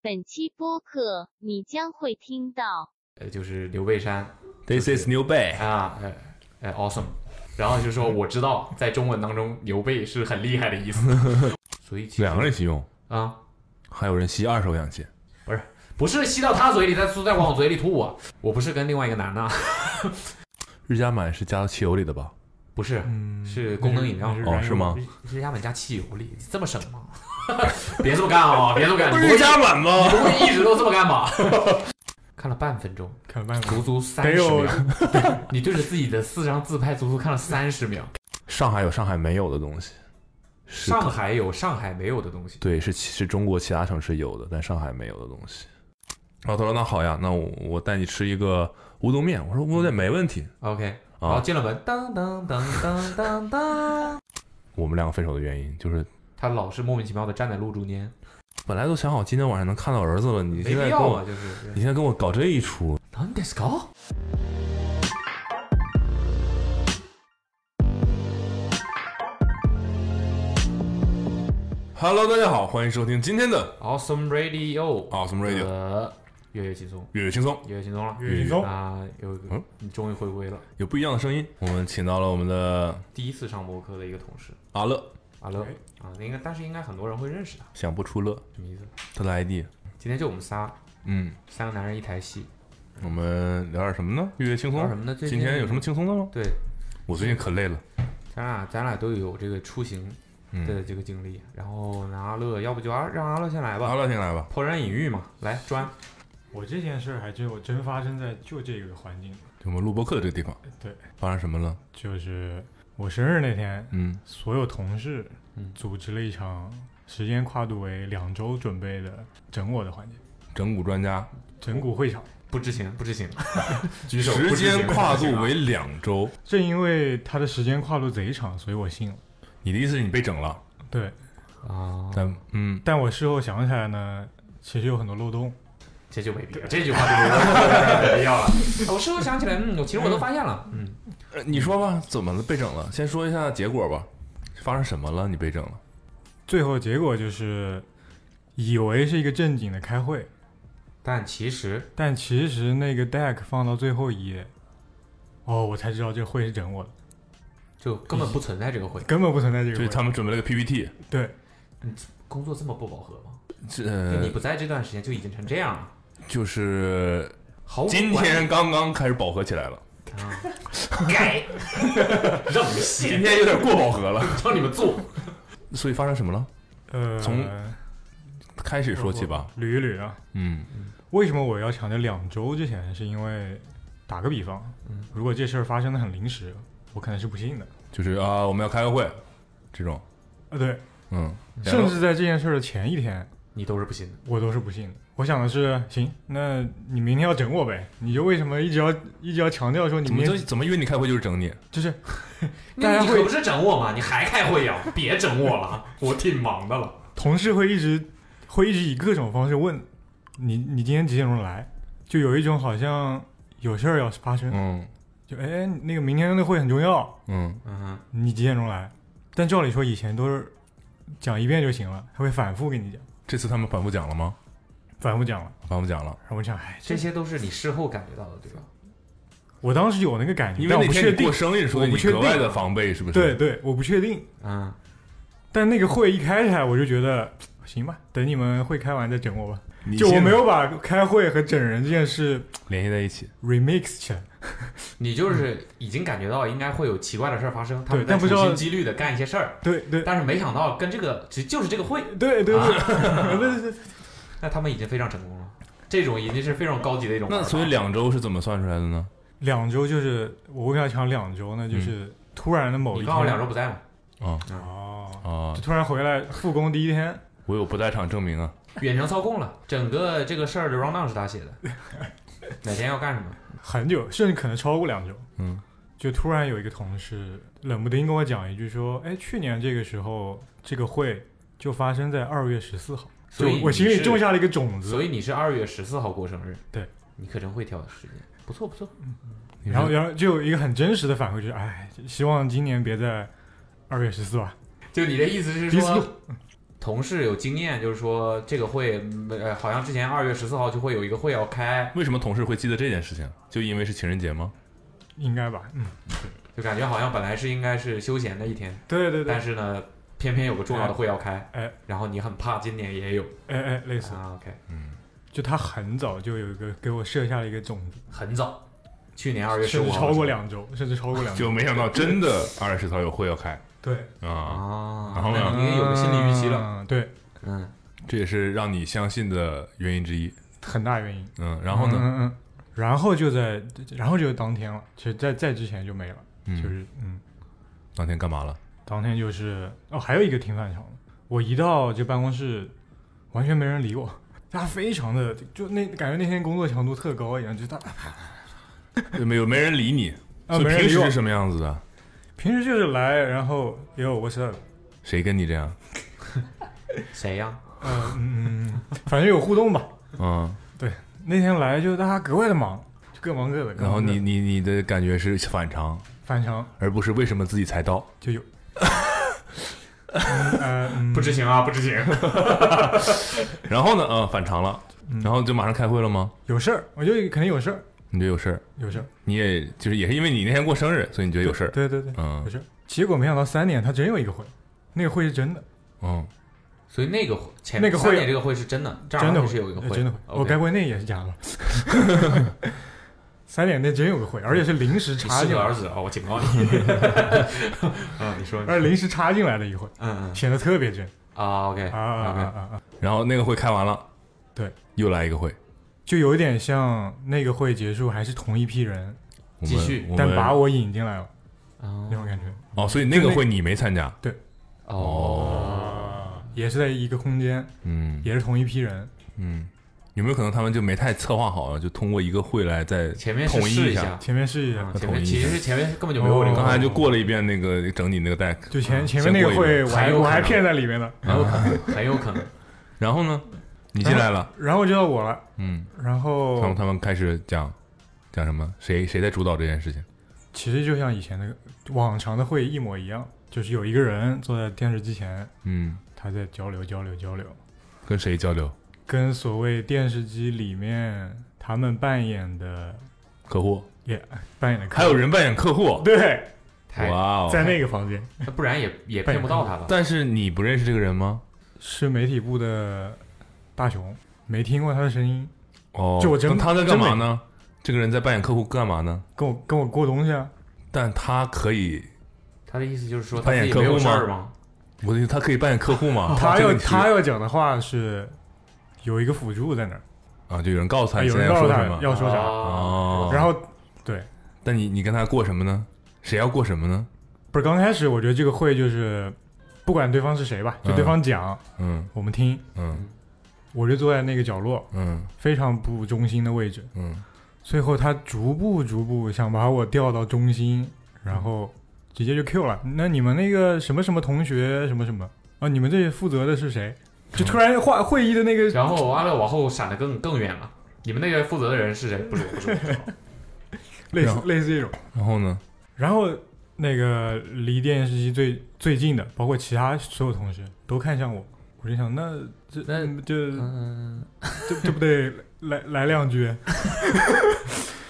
本期播客你将会听到呃，就是刘备山 This is New Bay，啊，呃呃，awesome。然后就说我知道，在中文当中，刘备是很厉害的意思。 所以其实两个人一起用，啊，还有人吸二手氧气。不是不是吸到他嘴里，再吐再往我嘴里吐我。我不是跟另外一个男的，啊日加满是加到汽油里的吧？不是，是功能饮料。哦嗯是吗？日加满加汽油里，这么省吗？ 别这么干啊！别这么干，你不会满你吗？不会一直都这么干吧？ 看了半分钟，看外足足三没十有秒。你 对着自己的四张自拍，足足看了三十秒。上海有上海没有的东西，是上海有上海没有的东西。对，是其是中国其他城市有的，但上海没有的东西。老头说：“那好呀，那我我带你吃一个乌冬面。”我说：“乌冬面没问题。 OK，啊然后进了门，当当当当当当，”我们两个分手的原因就是，他老是莫名其妙的站在路中间，本来都想好今天晚上能看到儿子了，你没现必在跟要啊，我，就是你。现在跟我搞这一出，何ですか？ Hello，大家好，欢迎收听今天的 Awesome Radio， Awesome Radio 呃月月轻松， 《越轻松月月轻松了，月轻松啊，有嗯你终于回归了，》，有不一样的声音。我们请到了我们的第一次上播客的一个同事阿乐，阿乐哎啊，那应该但是应该很多人会认识他，想不出乐，什么意思？他的 ID。今天就我们仨，嗯，三个男人一台戏，我们聊点什么呢？越越轻松聊什么呢最近嗯今天有什么轻松的吗？对，我最近可累了。咱俩咱俩都有这个出行的嗯，这个经历，然后那阿乐，要不就阿让阿乐先来阿吧，乐先来吧。抛砖引玉嘛，来砖。我这件事儿还真有真发生在就这个环境，就我们录播课的这个地方对，发生什么了？就是我生日那天，嗯，所有同事嗯组织了一场时间跨度为两周准备的整我的环节，整蛊专家，整蛊会场。不知情，不知 情。举手时间跨度不啊为两周。正因为它的时间跨度贼长，所以我信了。 你的意思是你被整了？对，啊但嗯，但我事后想起来呢，其实有很多漏洞。这就没必要，这句话就没必 要了。我事后想起来，嗯，我其实我都发现了，嗯，呃你说吧，怎么了？被整了？先说一下结果吧，发生什么了？你被整了？最后结果就是，以为是一个正经的开会，但其实但其实那个 deck 放到最后一页，哦，我才知道这会是整我的，就根本不存在这个会。根本不存在这个就是会。他们准备了个 PPT，对，工作这么不饱和吗？这就你呃不在这段时间就已经成这样了，就是毫无今天刚刚开始饱和起来了，管理啊， 改，让你们今信，天有点过饱和了。让你们做。所以发生什么了？呃，从开始说起吧。捋一捋啊，嗯为什么我要强调两周之前？是因为打个比方嗯，如果这事儿发生的很临时，我可能是不信的。就是啊，我们要开个会，这种，啊，对，嗯，甚至在这件事儿的前一天，你都是不信的，我都是不信的。我想的是，行，那你明天要整我呗？你就为什么一直要一直要强调说你怎么明就天怎么约你开会就是整你？ 就是你大家你可会不是整我吗？你还开会呀？别整我了，我挺忙的了。同事会一直会一直以各种方式问你，你今天几点钟来？就有一种好像有事儿要发生，嗯就哎那个明天的会很重要，嗯，嗯哼，你几点钟来？但照理说以前都是讲一遍就行了，他会反复跟你讲，这次他们反复讲了吗？反复讲了。反复讲了，然后我想，哎，这些都是你事后感觉到的，对吧？我当时有那个感觉，因为但我那不天确你过定。生日，所以我你不确格外定的防备，是不是？对，对，我不确定。嗯，但那个会一开起来，我就觉得行吧，等你们会开完再整我吧。你就我先没有把开会和整人这 件事联系在一起。 remix 起来。你就是已经感觉到应该会有奇怪的事儿发生，他们对在但处不知道心积虑的干一些事儿，对对但是没想到跟这个其实就是这个会，对对对啊 对对对，那他们已经非常成功了。这种已经是非常高级的一种玩那法。所以两周是怎么算出来的呢？两周就是我为啥强调两周呢？嗯就是突然的某你一刚好天，两周不 在嘛？啊哦，啊就，突然回来复工第一天，我有不在场证明啊。远程操控了，整个这个事儿的 round down 是他写 的，哪天要干什么？很久，甚至可能超过两周。嗯，就突然有一个同事冷不丁跟我讲一句说：“哎，去年这个时候这个会就发生在二月十四号。”所以就我心里种下，下了一个种子。所以你是二月十四号过生日，对，你可真会挑时间，不错不错。你然后，是然后就有一个很真实的反馈，就是哎，希望今年别在二月十四吧。就你的意思是彼此说，同事有经验，就是说这个会，嗯呃，好像之前二月十四号就会有一个会要开，为什么同事会记得这件事情？就因为是情人节吗？应该吧？嗯，就感觉好像本来是应该是休闲的一天，对对对但，是呢，偏偏有个重要的会要开，哎，然后你很怕今年也有哎哎，类似，啊，OK，就他很早就有一个给我设下了一个种子，很早，去年二月十甚五至号超过两周，甚至超过两周，就没想到真的二月十号有会要开对，啊、啊，然后呢那你应该有个心理预期了，嗯，对，嗯，这也是让你相信的原因之一。很大原因。嗯，然后呢？嗯嗯嗯，然后就在，然后就是当天了，其实在在之前就没了，嗯，就是嗯，当天干嘛了？当天就是哦，还有一个挺反常的，我一到这办公室，完全没人理我，大家非常的就那感觉那天工作强度特高一样，就大就没有没人理你，啊所以没人平理时我是，什么样子的？平时就是来，然后也有 what's up，谁跟你这样？嗯谁呀？呃嗯嗯，嗯反正有互动吧。嗯，那天来就大家格外的忙，就各忙各的。各然后忙各的你你你的感觉是反常，反常而不是为什么自己才到。就有， 嗯呃嗯不知情啊，不知情， 然后呢？嗯，反常了，嗯然后就马上开会了吗？有事儿，我就肯定有事儿，你觉得有事儿？有事儿，你也就是也是因为你那天过生日，所以你觉得有事儿。对对对，嗯有事儿。结果没想到三点他真有一个会，那个会是真的，嗯，所以那个会前那个会三点这个会是真的，正真的好会是有一个哎会，真的会。我 OK 该不会那也是假的吧？三点那真有个会，而且是临时你插是进个来儿，子啊，我警 告你。啊，你说，你说而临时插进来的一会，嗯嗯显得特别真啊，OK 啊啊啊 OK，啊啊！然后那个会开完了，对，又来一个会，就有一点像那个会结束还是同一批人，我们继续我们但把我引进来了啊那种感觉。哦，所以那个会你没参加，哦，也是在一个空间，嗯也是同一批人，嗯，有没有可能他们就没太策划好，就通过一个会来再前面是统一试一下？下，前面是一下啊，再前统一面一其下实前面根本就没有我这哦个刚才会，就过了一遍那个整你那个 deck，就啊前嗯前面那个先过一会，遍我还还有我还可能骗在里面呢。很有可能，很有可能。然后呢，你进来了，然后就到我了，嗯，然然后后他们开始讲讲什么，谁谁在主导这件事情，其实就像以前那个往常的会一模一样，就是有一个人坐在电视机前，嗯，他在交流交流交流，跟谁交流？跟所谓电视机里面他们扮演的客户，扮演的还有人扮演客户，对，太，哇在哦！那个房间那不然也也骗不到他吧？但是你不认识这个人吗？是媒体部的大熊，没听过他的声音，哦，就我真那他在干嘛真呢？这个人在扮演客户干嘛呢？跟我跟我过东西啊，但他可以，他的意思就是说他扮演自己没客户有吗事儿吗？我的意思，他可以扮演客户吗？哦他哦这个要你是他要讲的话是有一个辅助在那儿，啊，就有人告诉他哎你有现在人告说诉什他么。要说啥，哦哦，然后但你你跟他过什么呢？谁要过什么呢？不是刚开始，我觉得这个会就是不管对方是谁吧，就对方讲，嗯我们听，嗯我就坐在那个角落，嗯非常不中心的位置。嗯，最后他逐步逐步想把我调到中心，然后直接就 Q 了。那你们那个什么什么同学什么什么啊？你们这负责的是谁？就突然话会议的那个然后阿乐往后闪得更更远了。你们那个负责的人是谁？不是我，不是我。类然似嗯后类似这种，然后呢？然后那个离电视机最最近的，包括其他所有同事都看向我，我就想那这那这嗯这这不得 来来两句？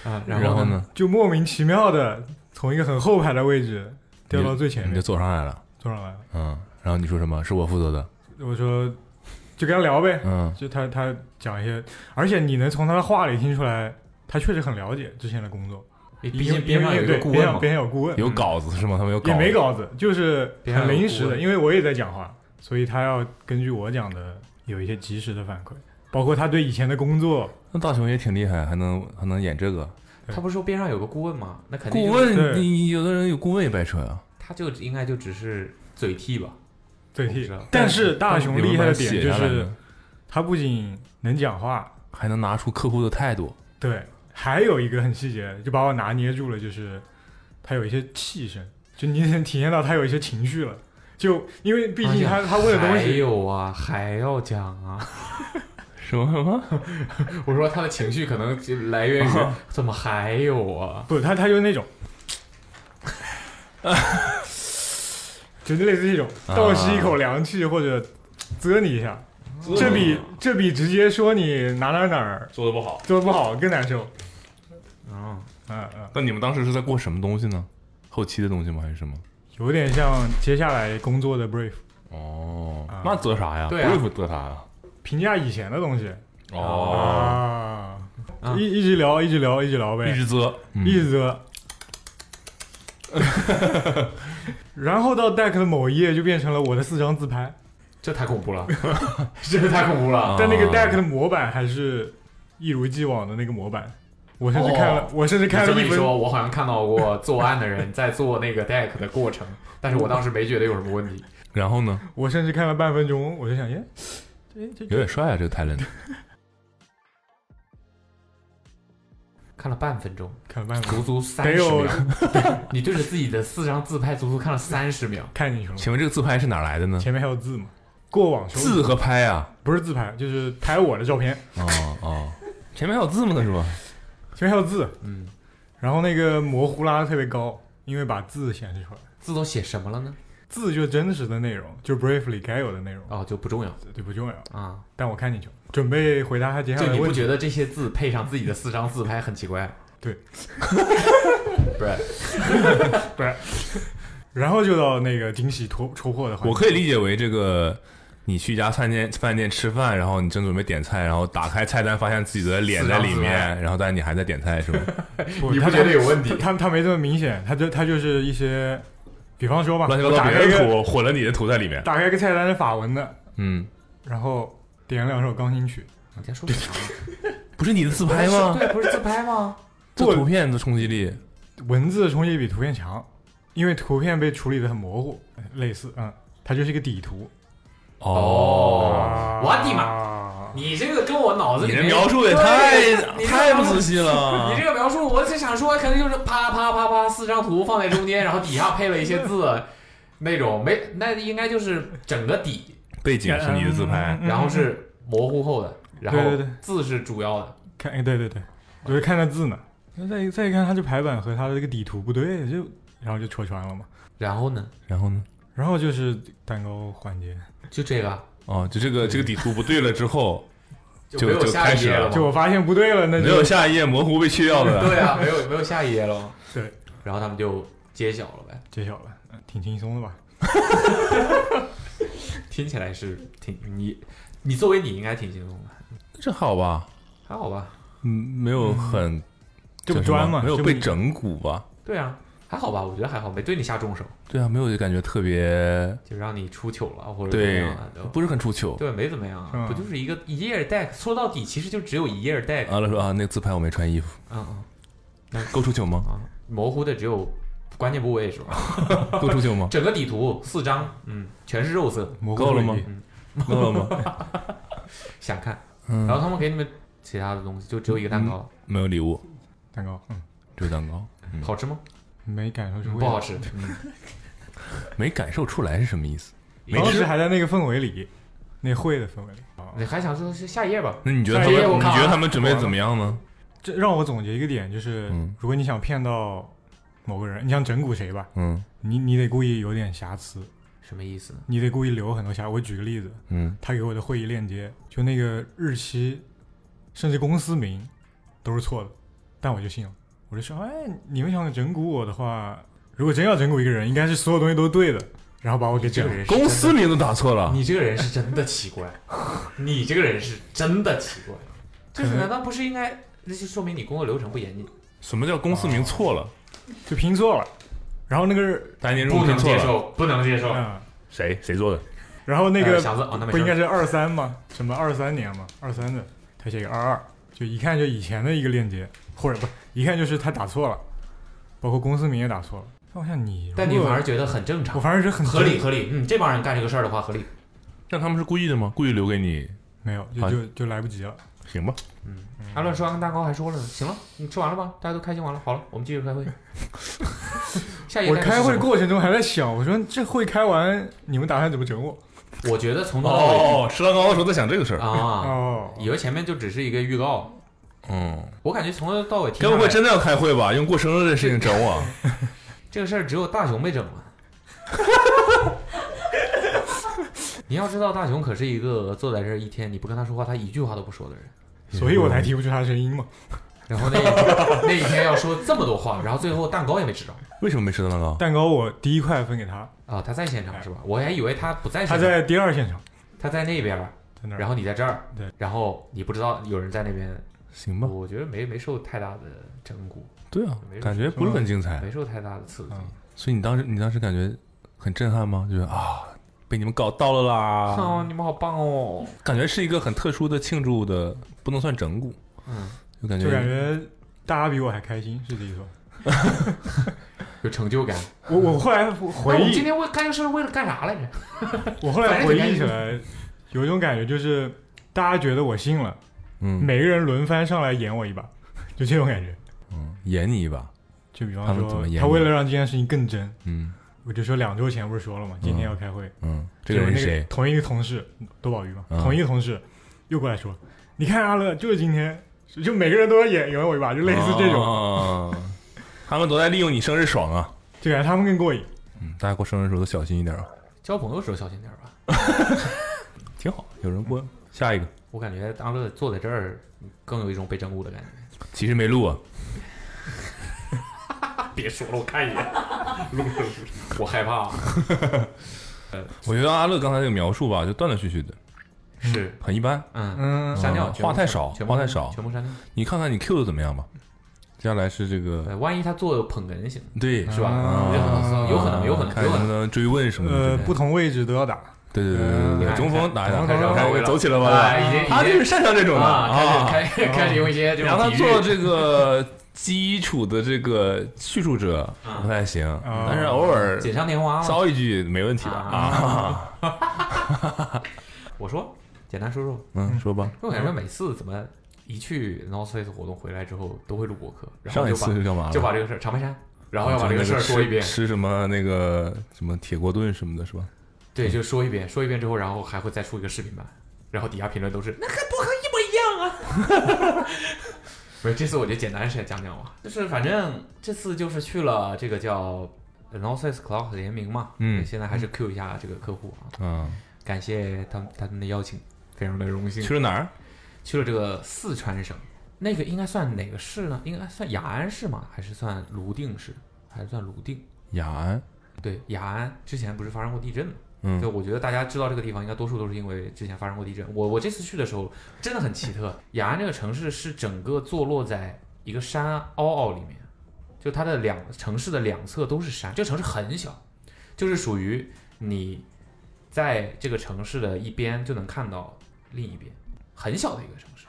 啊，然然后后呢？呢？就莫名其妙的从一个很后排的位置掉到最前你就面，坐上来了，坐上来了。嗯。然后你说什么？是我负责的，我说就跟他聊呗，嗯就他他讲一些，而且你能从他的话里听出来，他确实很了解之前的工作，毕因为竟边上有一对个顾边问上嘛，边上有顾问，有稿子是吗？他们有稿也子没稿子，就是边很上有临顾时的，问因为我也在讲话，所以他要根据我讲的有一些及时的反馈，包括他对以前的工作，那大雄也挺厉害，还能还能演这个他不是说边上有个顾问吗？那肯定顾就是问。对你你有的人有顾问也白扯啊。他就应该就只是嘴替吧。对我不知道但是大你雄们厉把害的它点写就下来是呢他不仅能讲话，还能拿出客户的态度，对，还有一个很细节，就把我拿捏住了，就是他有一些气声，就你能体现到他有一些情绪了。就因为毕竟他、而且他问的东还西，有啊，还要讲啊。 什么什么？ 我说他的情绪可能就来源于 怎么还有啊？不，他他就那种，就类似这种啊倒吸一口凉气或者责你一下，这比这比直接说你哪哪哪儿做的不好。做的不好更难受。啊，嗯嗯，那你们当时是在过什么东西呢？后期的东西吗？还是什么？有点像接下来工作的 brief，哦啊，那责啥呀？对啊不是责啥呀？评价以前的东西哦，啊啊，一一直聊一直聊一直聊呗，一直责，嗯一直遮。嗯 然后到 deck 的某一页就变成了我的四张自拍，啊这太恐怖 了，真的太恐怖了。但那个啊 deck 的模板还是一如既往的那个模板。我甚至看了，哦我甚 至你看这了么一一分，说，我好像看到过作案的人在做那个 deck 的过程，但是我当时没觉得有什么问题。然后呢？我甚至看了半分钟，我就想，耶，这这有点帅啊，这个 talent。看了半分钟，看了半分钟，足足三得十有秒，你对着自己的四张自拍足足看了三十秒。看进去了。请问这个自拍是哪来的呢？前面还有字嘛？过往收字和拍啊？不是自拍，就是拍我的照片，哦哦，前面还有字吗？那是吧？前面还有字，嗯，然后那个模糊拉的特别高，因为把字显示出来，字都写什么了呢？字就是真实的内容，就是 briefly 该有的内容，哦，就不重要这不重要。啊。但我看进去了，准备回答他接下就来你的不问题。觉得这些字配上自己的四张自拍很奇怪？对，不是，然后就到那个惊喜戳戳破的环节。我可以理解为这个，你去一家饭店饭店吃饭，然后你正准备点菜，然后打开菜单，发现自己的脸在里四张自面，拍然后但你还在点菜， 是吧？不你他不觉得有问题？他他他没这么明显，他就他就是一些，比方说吧，乱七八我糟打别开人一的个图混了你的图在里面。打开一个菜单是法文的，嗯，然后点了两首钢琴曲，你在说啊啥？不是你的自拍吗？对，不是自拍吗？这不图片的冲击力，文字的冲击力比图片强，因为图片被处理的很模糊，类似嗯，它就是一个底图。哦哦，我的妈！你这个跟我脑子你里这面描述也对太你这个太描不述仔细了。你这个描述，我是想说，可能就是啪啪啪啪四张图放在中间，然后底下配了一些字，那种没，那应该就是整个底，背景是你的自拍，嗯然后是模糊后的，然后对对对字是主要的。看，哎对对对，我就看那字呢，那再一再一看，它这排版和它的这个底图不对，就然后就戳穿了嘛。然后呢，然后呢？然后就是蛋糕环节，就这个啊哦，就这个这个底图不对了之后，就没有就下开一始页了了吗？就我发现不对了，那没就有下一页模糊被去掉了。对啊，没有没有下一页了吗？对，然后他们就揭晓了呗。揭晓了，嗯挺轻松的吧？听起来是挺你，你作为你应该挺轻松的，这好吧？还好吧？嗯，没有很就叫什专么嘛，没有就被整蛊吧？对啊，还好吧？我觉得还好，没对你下重手，对啊，没有就感觉特别就让你出糗了或者怎么对样了，都，不是很出糗。对，没怎么样是吗啊，不就是一个一页 deck？说到底，其实就只有一页 deck。完了说啊，那个自拍我没穿衣服，嗯嗯够出糗吗？啊，模糊的只有关键部位是吧？？够出糗吗 整个底图四张，嗯，全是肉色，模糊够了吗回忆？够了吗？想看。然后嗯，他们给你们其他的东西，就只有一个蛋糕，没有礼物，蛋糕，嗯，只有蛋糕，嗯好吃吗？没感受出不好，吃。嗯没感受出来是什么意思？没当吃时还在那个氛围里，那会的氛围里。啊你还想说是下一页吧？那你觉得他哎呀们？我你靠觉得他们准备怎么样呢？这让我总结一个点，就是嗯如果你想骗到某个人，你想整蛊谁吧，嗯你你得故意有点瑕疵，什么意思呢？你得故意留很多瑕疵。我举个例子，嗯，他给我的会议链接，就那个日期，甚至公司名都是错的，但我就信了。我就说，哎，你们想整蛊我的话，如果真要整蛊一个人，应该是所有东西都对的，然后把我给这整个了。人是公司名都打错了，你这个人是真的奇怪，你这个人是真的奇怪，就是难道不是应该？那就说明你工作流程不严谨，什么叫公司名错了？就拼错了，然后那个单年入不职能错接了，受，不能接受。啊、谁谁做的？然后那呃个祥子哦，那没不应事该儿。是二三吗？什么二三年吗？二三的，他写个二二，就一看就以前的一个链接，或者不一看就是他打错了，包括公司名也打错了。但我想你如果，但你反而觉得很正我常，反而是很合理合理。嗯，这帮人干这个事儿的话合理。但他们是故意的吗？故意留给你？没有，就好就就来不及了。行吧，嗯，阿乱说完蛋糕还说了呢，行了，你吃完了吧？大家都开心完了，好了，我们继续开会。 下一页我该是开什会么过程中还在想，我说这会开完你们打算怎么整我？我觉得从头到尾哦，石蛋糕的时候在想这个事儿，啊，哦，以为前面就只是一个预告，嗯，我感觉从头到尾听该不下会来真的要开会吧？用过生日的事情整我？这个事儿只有大雄被整了。 你要知道，大雄可是一个坐在这儿一天，你不跟他说话，他一句话都不说的人。所以我才提不出他的声音嘛。然后那一天 那一天要说这么多话，然后最后蛋糕也没吃着为什么没吃到蛋糕？蛋糕我第一块分给他，啊！他在现场是吧？我还以为他不在现他场，在第二现场，他在那边，在那儿。然后你在这儿，对，然后你不知道有人在那边，行吧，我觉得没没受太大的整蛊，对啊没，感觉不是很精彩。没受太大的刺激。嗯所以你当时你当时感觉很震撼吗？就是啊，被你们搞到了啦，啊，你们好棒哦！感觉是一个很特殊的庆祝的，不能算整蛊，嗯，就感觉就感觉大家比我还开心，是这意思吧？有成就感。我我后来那回我们今忆，天为干这事为了干啥来着？我后来回忆起来，有一种感觉就是大家觉得我信了，嗯每个人轮番上来演我一把，就这种感觉。嗯，演你一把，就比他方们怎说么，演他你为了让这件事情更真，嗯我就说两周前不是说了嘛，今天要开会，嗯，这个人就是那谁？同一个同事，多宝鱼嘛，嗯同一个同事又过来说，你看阿乐就是今天，就每个人都要演演我一把，就类似这哦种，种，他们都在利用你生日爽啊！就感觉他们更过瘾。嗯，大家过生日的时候都小心一点啊，交朋友的时候小心点吧。挺好。有人嗯过，下一个我感觉阿乐坐在这儿更有一种被整蛊的感觉。其实没录啊，别说了，我看一眼，我害怕。啊我觉得阿乐刚才这个描述吧，就断断续续的，是，很一般。嗯，嗯，删掉嗯全部话太少全部话太少全部删掉。你看看你 Q 的怎么样吧。接下来是这个呃，万一他做捧哏型，对是吧？啊有可能，有可能，有可能，看有可能能不。能追问什么的之呃类，的。不同位置都要打，对对对对对对，嗯中锋打一打，开始始开始走起来吧哎，已经，他已就经是擅长这种的啊，开始开啊开始用一些这种然后他体育做这个基础的这个叙述者啊不太行，啊但是偶尔锦上添花嘛。骚一句没问题的啊。 我说，简单说说，嗯，说吧，因为我感觉每次怎么一去 North Face 活动回来之后都会录播客，然后上一就把次是干嘛了？就把这个事儿长白山，然后要把这个事儿说一遍就那个，吃吃什么那个什么铁锅炖什么的，是吧？对，就说一遍，说一遍之后，然后还会再出一个视频版，然后底下评论都是那跟 播客一模一样啊。不是，这次我就简单是讲讲吧，就是反正这次就是去了这个叫 North Face Cloud 联名嘛，嗯现在还是 Q 一下这个客户啊，啊，感谢他们他们的邀请，非常的荣幸。去了哪儿？去了这个四川省，那个应该算哪个市呢？应该算雅安市吗？还是算泸定市？还是算泸定？雅安，对，雅安之前不是发生过地震吗？对，嗯，我觉得大家知道这个地方，应该多数都是因为之前发生过地震。我我这次去的时候真的很奇特，雅安这个城市是整个坐落在一个山凹凹里面，就它的两城市的两侧都是山。这个城市很小，就是属于你在这个城市的一边就能看到另一边，很小的一个城市。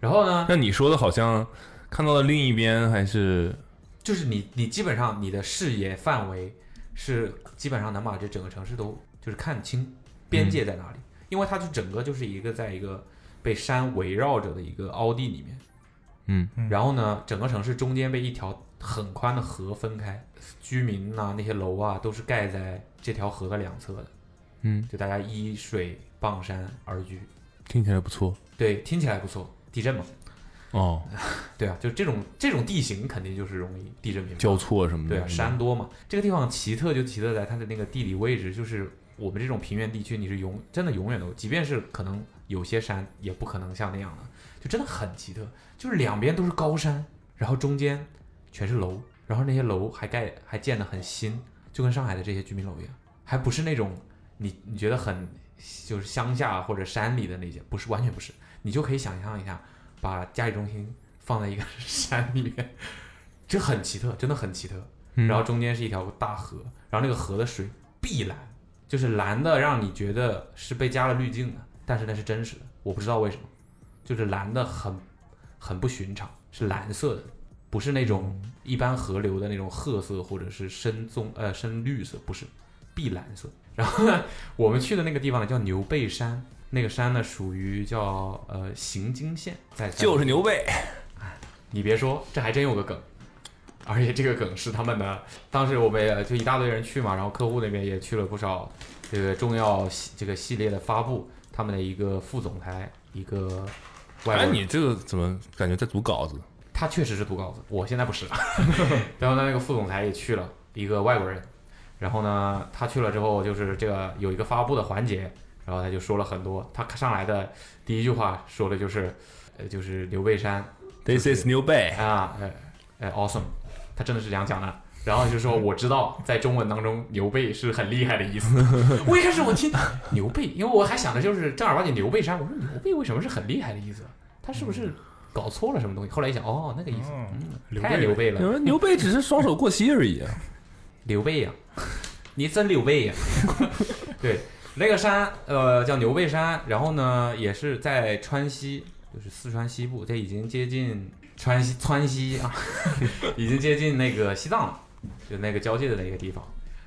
然后呢，那你说的好像看到了另一边，还是就是你你基本上你的视野范围是基本上能把这整个城市都就是看清边界在哪里，因为它就整个就是一个在一个被山围绕着的一个凹地里面，嗯嗯然后呢，整个城市中间被一条很宽的河分开，居民呐、那些楼啊都是盖在这条河的两侧的，嗯，就大家依水傍山而居，听起来不错对，听起来不错，地震嘛，哦，对啊，就这种这种地形肯定就是容易地震频发。交错什么的，对啊，山多嘛。这个地方奇特就奇特在它的那个地理位置，就是我们这种平原地区，你是永真的永远都，即便是可能有些山，也不可能像那样的，就真的很奇特。就是两边都是高山，然后中间全是楼，然后那些楼还盖还建的很新，就跟上海的这些居民楼一样，还不是那种你你觉得很就是乡下或者山里的那些，不是完全不是，你就可以想象一下，把嘉里中心放在一个 山里面。这很奇特，真的很奇特。嗯然后中间是一条大河，然后那个河的水碧蓝，就是蓝的让你觉得是被加了滤镜的，但是那是真实的，我不知道为什么，就是蓝的很很不寻常，是蓝色的，不是那种一般河流的那种褐色或者是深棕呃深绿色，不是碧蓝色。然后呢，我们去的那个地方呢叫牛背山，那个山呢属于叫呃行经县，在就是牛背，你别说，这还真有个梗，而且这个梗是他们的。当时我们也就一大堆人去嘛，然后客户那边也去了不少这个重要系这个系列的发布，他们的一个副总裁，一个外国哎，人，你这个怎么感觉在读稿子？他确实是读稿子，我现在不 是。然后呢，那个副总裁也去了，一个外国人。然后呢，他去了之后，就是这个有一个发布的环节，然后他就说了很多，他上来的第一句话说的就是，呃，就是刘备山 This is New Bay，啊，呃呃，awesome，他真的是这样讲的。然后就说我知道，在中文当中“牛背”是很厉害的意 思。我一开始我听“牛背”，因为我还想着就是正儿八经牛背山，我说牛背为什么是很厉害的意思？他是不是搞错了什么东西？后来一想，哦，那个意思，嗯刘太牛背备了，人牛背只是双手过膝而已。啊刘备呀、你真刘备呀、 对，那个山呃叫牛背山，然后呢也是在川西，就是四川西部，这已经接近川西川西啊， 已经接近那个西藏了，就那个交界的那个地方。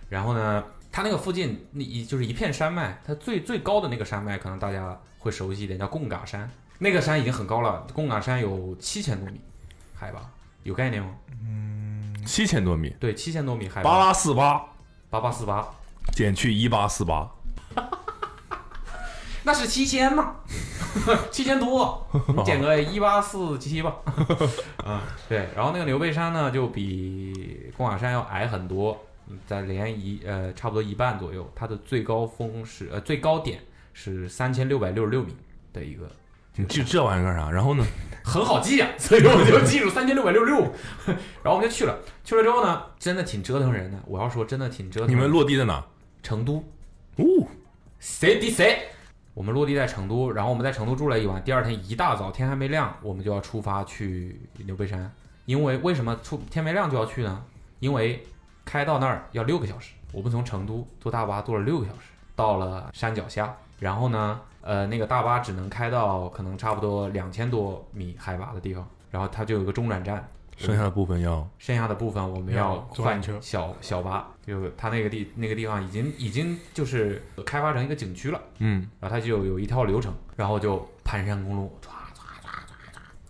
然后呢，它那个附近那一就是一片山脉，它最最高的那个山脉，可能大家会熟悉一点，叫贡嘎山。那个山已经很高了，贡嘎山有七千多米海拔，有概念吗？七千多米，对，七千多米海八拔，八四八八八四八，减去一八四八，那是七千 嘛，七千多，你减个一八四七吧。 啊，对，然后那个刘备山呢，就比贡嘎山要矮很多，嗯在连一呃差不多一半左右，它的最高峰是呃最高点是三千六百六十六米的一个，你记这玩意儿干啥？然后呢？很好记啊， 所以我就记住三千六百六十六， 然后我们就去了，去了之后呢，真的挺折腾人的，我要说真的挺折腾人的。你们落地在哪？成都哦，谁敌谁？我们落地在成都，然后我们在成都住了一晚。第二天一大早天还没亮，我们就要出发去牛背山，因为为什么出天没亮就要去呢？因为开到那儿要六个小时。我们从成都坐大巴坐了六个小时，到了山脚下，然后呢，呃，那个大巴只能开到可能差不多两千多米海拔的地方，然后它就有个中转站，剩下的部分要剩下的部分我们要要坐换缆车小小巴，就是它那个地那个地方已经已经就是开发成一个景区了，嗯，然后它就有一套流程，然后就盘山公路，唰唰唰唰唰，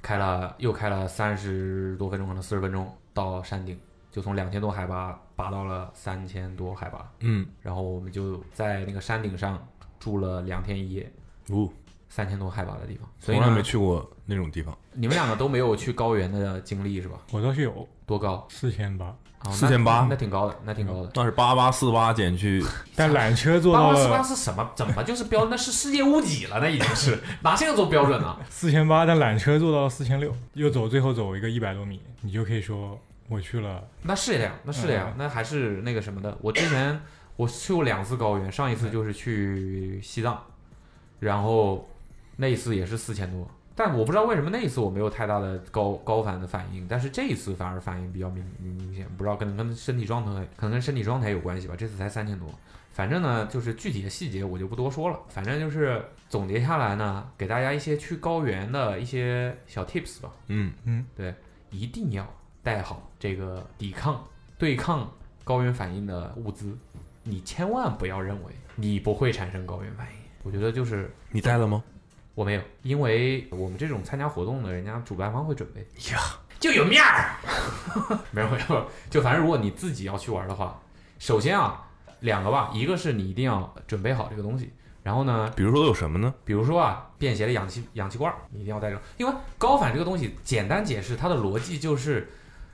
开了又开了三十多分钟，可能四十分钟到山顶，就从两千多海拔拔到了三千多海拔，嗯，然后我们就在那个山顶上住了两天一夜，哦，三千多海拔的地方，所以从来没呢，去过那种地方，你们两个都没有去高原的经历是吧？我倒是有多高？四千 八，啊，那4800那挺高的，那挺高的。那是八八四八减去但缆车坐八到八四八了是什么？怎么就是标？那是世界屋脊了，那已经是哪像做标准呢？四千八，但缆车坐到了四千六，又走最后走一个一百多米，你就可以说我去了。那是这样，那是这样，嗯那还是那个什么的。我之前我去过两次高原，上一次就是去西藏，然后那一次也是四千多，但我不知道为什么那一次我没有太大的高高反的反应，但是这一次反而反应比较明明显，不知道可能跟身体状态可能跟身体状态有关系吧。这次才三千多，反正呢就是具体的细节我就不多说了，反正就是总结下来呢，给大家一些去高原的一些小 tips 吧。嗯一定要带好这个抵抗、对抗高原反应的物资。你千万不要认为你不会产生高原反应。我觉得就是你带了吗？我没有，因为我们这种参加活动的，人家主办方会准备呀，就有面儿。 没有没有，就反正如果你自己要去玩的话，首先啊，两个吧，一个是你一定要准备好这个东西，然后呢，比如说都有什么呢？比如说啊，便携的氧气氧气罐儿，你一定要带着，因为高反这个东西，简单解释它的逻辑就是，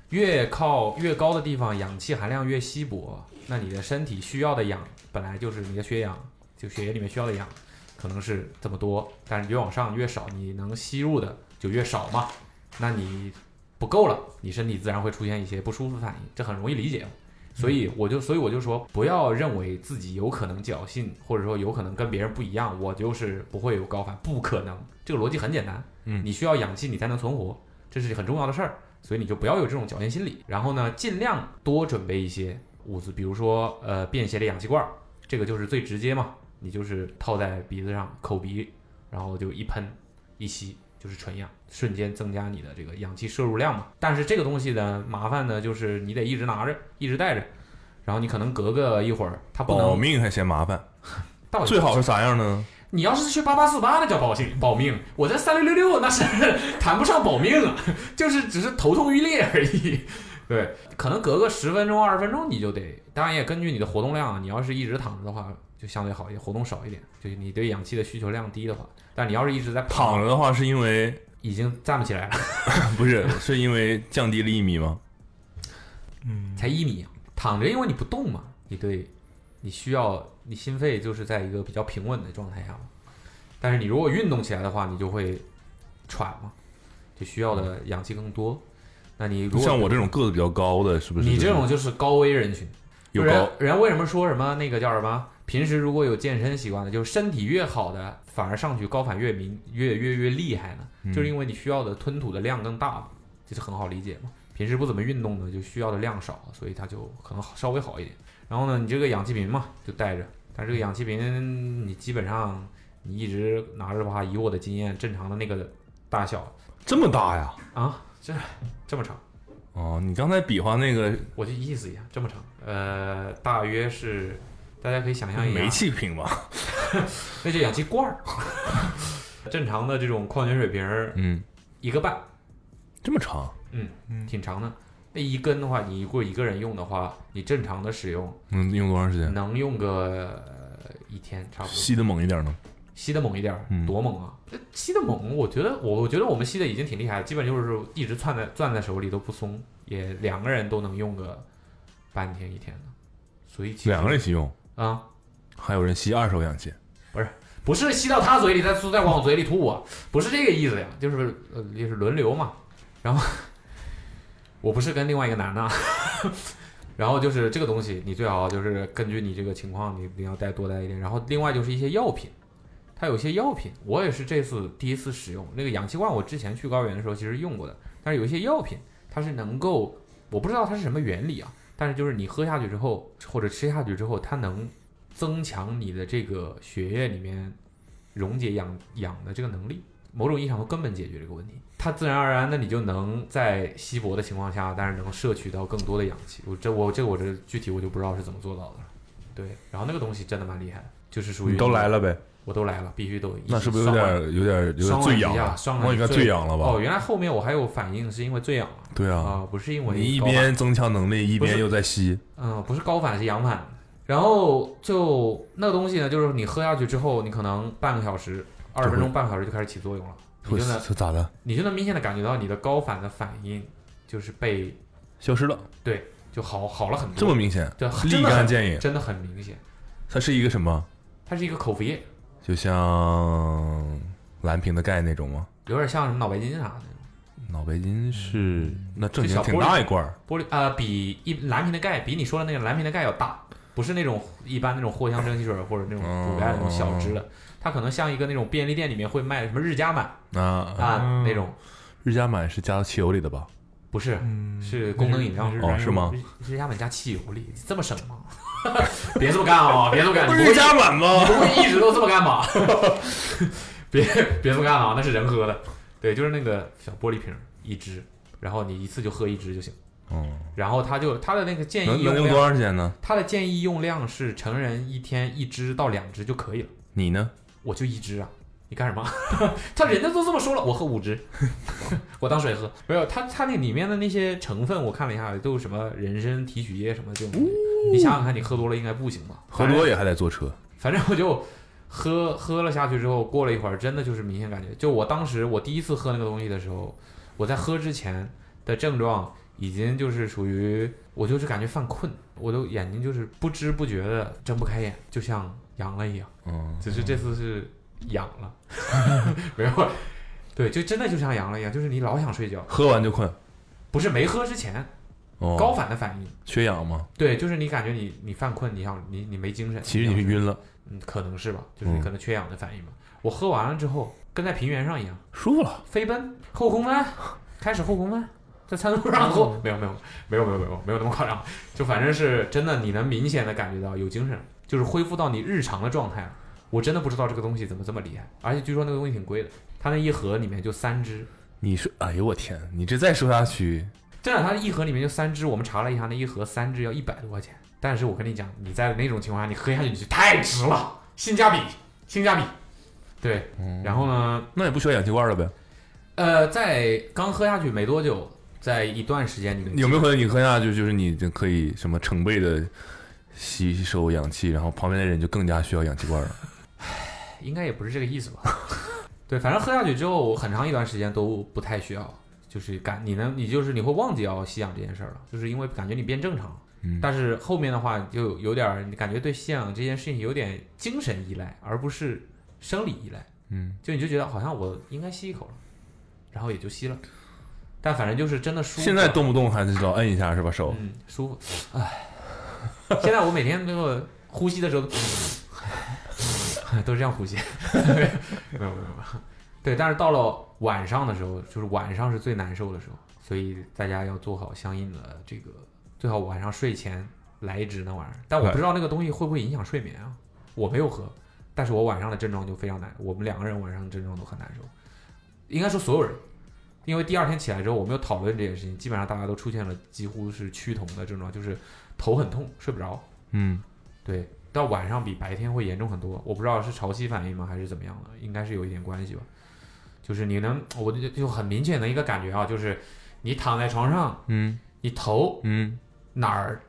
越靠越高的地方，氧气含量越稀薄，那你的身体需要的氧本来就是你的血氧，就血液里面需要的氧，可能是这么多，但是越往上越少，你能吸入的就越少嘛，那你不够了，你身体自然会出现一些不舒服反应，这很容易理解。所以我就，所以我就说，不要认为自己有可能侥幸，或者说有可能跟别人不一样，我就是不会有高反，不可能。这个逻辑很简单，嗯你需要氧气，你才能存活，这是很重要的事儿。所以你就不要有这种侥幸心理，然后呢，尽量多准备一些物资，比如说呃便携的氧气罐儿，这个就是最直接嘛，你就是套在鼻子上口鼻，然后就一喷一吸就是纯氧，瞬间增加你的这个氧气摄入量嘛。但是这个东西呢，麻烦呢就是你得一直拿着，一直带着，然后你可能隔个一会儿它不保能命还嫌麻烦，到底最好是啥样呢？你要是去八八四八，那叫保命保命；我这三六六六，那是谈不上保命啊， 就是只是头痛欲裂而已。 对，可能隔个十分钟、二十分钟你就得，当然也根据你的活动量，啊你要是一直躺着的话，就相对好一点，活动少一点，就是你对氧气的需求量低的话。但你要是一直在躺着的话是因为已经站不起来了，不是是因为降低了一米吗？嗯，才一米，躺着因为你不动嘛，你对，你需要你心肺就是在一个比较平稳的状态下嘛。但是你如果运动起来的话，你就会喘嘛，就需要的氧气更多。那你如果像我这种个子比较高的，是不是？你这种就是高危人群。有人高，人为什么说什么那个叫什么？平时如果有健身习惯的，就是身体越好的，反而上去高反越明越越越厉害呢？嗯就是因为你需要的吞吐的量更大嘛，这是很好理解嘛。平时不怎么运动的，就需要的量少，所以它就可能好稍微好一点。然后呢，你这个氧气瓶嘛，就带着，但是这个氧气瓶你基本上你一直拿着的话，以我的经验，正常的那个大小这么大呀？啊，这这么长。哦，你刚才比划那个我就意思一下，这么长，呃，大约是，大家可以想象一下，啊煤气瓶吧？那就氧气罐儿， 正常的这种矿泉水瓶儿嗯，一个半，这么长，嗯，挺长的。那一根的话，你如果一个人用的话，你正常的使用能嗯用多长时间？能用个呃一天差不多。吸的猛一点呢？吸的猛一点儿嗯，多猛啊！这吸的猛，我觉得我我觉得我们吸的已经挺厉害了，基本就是一直攥在攥在手里都不松，也两个人都能用个半天一天的。所以其实两个人一起用，啊、还有人吸二手氧气。不是吸到他嘴里再吐，再往我嘴里吐啊，不是这个意思呀，就是呃，就是轮流嘛。然后我不是跟另外一个男的啊， 然后就是这个东西，你最好就是根据你这个情况，你你要带多带一点。然后另外就是一些药品，它有些药品，我也是这次第一次使用那个氧气罐，我之前去高原的时候其实用过的，但是有一些药品它是能够，我不知道它是什么原理啊，但是就是你喝下去之后或者吃下去之后，它能增强你的这个血液里面溶解氧氧的这个能力，某种意义上会根本解决这个问题。它自然而然的你就能在稀薄的情况下，但是能摄取到更多的氧气。我这我这个我这具体我就不知道是怎么做到的了。对，然后那个东西真的蛮厉害的，就是属于嗯你都来了呗？我都来了，必须都一起那是不是有上点完有点有点上醉万氧以下了？上万我应该最醉氧了吧？哦，原来后面我还有反应是因为醉氧了对啊、啊，不是因为你一高反边增强能力，一不是边又在吸，嗯、不是高反是阳反，然后就那个东西呢，就是你喝下去之后，你可能半个小时、二十分就钟、半个小时就开始起作用了，你会就能这咋的？你就能明显的感觉到你的高反的反应就是被消失了，就好好了很多，这么明显，对，立真的竿很见影。真的很明显，它是一个什么？它是一个口服液，就像蓝瓶的钙那种吗？有点像什么脑白金啊啥的，脑白金是那正经嗯就小挺玻璃大一罐儿，玻璃呃比一蓝瓶的钙比你说的那个蓝瓶的钙要大，不是那种一般那种藿香正气水或者那种古代的那种小支的，它可能像一个那种便利店里面会卖的什么日加满啊，啊那种，日加满是加到汽油里的吧？不是嗯是功能饮料那哦燃油是吗日日加满加汽油里，这么省吗？ 别这么干啊、别这么干，你不日会加满吗？你不会一直都这么干吧？ 别别这么干啊，那是人喝的，对，就是那个小玻璃瓶儿一支，然后你一次就喝一支就行。嗯，然后他就他的那个建能议能用用多哎量，长时间呢？他的建议用量是成人一天一支到两支就可以了。你呢？我就一支啊，你干什么？ 他人家都这么说了，我喝五支，我当水喝。没有，他他那里面的那些成分，我看了一下，都有什么人参提取液什么这种东西。你想想看，你喝多了应该不行吧？哦喝多也还得坐车。反正我就喝喝了下去之后，过了一会儿，真的就是明显感觉，就我当时我第一次喝那个东西的时候，我在喝之前的症状已经就是属于我就是感觉犯困，我都眼睛就是不知不觉的睁不开眼，就像阳了一样，嗯，只是这次是痒了， 没有，对，就真的就像阳了一样，就是你老想睡觉，喝完就困。不是没喝之前哦，高反的反应，缺氧吗？对，就是你感觉你你犯困，你想你你没精神，其实你是想睡晕了，嗯，可能是吧，就是你嗯可能缺氧的反应吧。我喝完了之后，跟在平原上一样，舒服了。飞奔后空翻，开始后空翻，在餐桌上后，没有没有没有没有没有没有那么夸张，就反正是真的，你能明显的感觉到有精神，就是恢复到你日常的状态了。我真的不知道这个东西怎么这么厉害，而且据说那个东西挺贵的，它那一盒里面就三支，你是哎呦我天，你这再说下去，真的，它一盒里面就三支，我们查了一下，那一盒三支要一百多块钱。但是我跟你讲，你在那种情况下，你喝下去你就太值了，性价比，性价比。对，然后呢，那也不需要氧气罐了呗？呃，在刚喝下去没多久，在一段时间里面，有没有可能你喝下去，就是你就可以什么成倍的吸收氧气，然后旁边的人就更加需要氧气罐了？应该也不是这个意思吧？对，反正喝下去之后，我很长一段时间都不太需要，就是感你能，你就是你会忘记要吸氧这件事儿了，就是因为感觉你变正常了。嗯但是后面的话就有有点儿你感觉对信仰这件事情有点精神依赖，而不是生理依赖。嗯就你就觉得好像我应该吸一口了，然后也就吸了，但反正就是真的舒服。嗯现在动不动还是老摁一下是吧手？嗯舒服，哎，现在我每天那个呼吸的时候 都是这样呼吸， 没有没有没有，对，但是到了晚上的时候，就是晚上是最难受的时候，所以大家要做好相应的这个，最好晚上睡前来一支那玩意儿，但我不知道那个东西会不会影响睡眠啊，我没有喝，但是我晚上的症状就非常难，我们两个人晚上的症状都很难受，应该说所有人，因为第二天起来之后，我们又讨论这件事情，基本上大家都出现了几乎是趋同的症状，就是头很痛，睡不着，嗯，对，到晚上比白天会严重很多。我不知道是潮汐反应吗，还是怎么样的，应该是有一点关系吧。就是你能，我就就很明显的一个感觉啊，就是你躺在床上，嗯你头嗯哪儿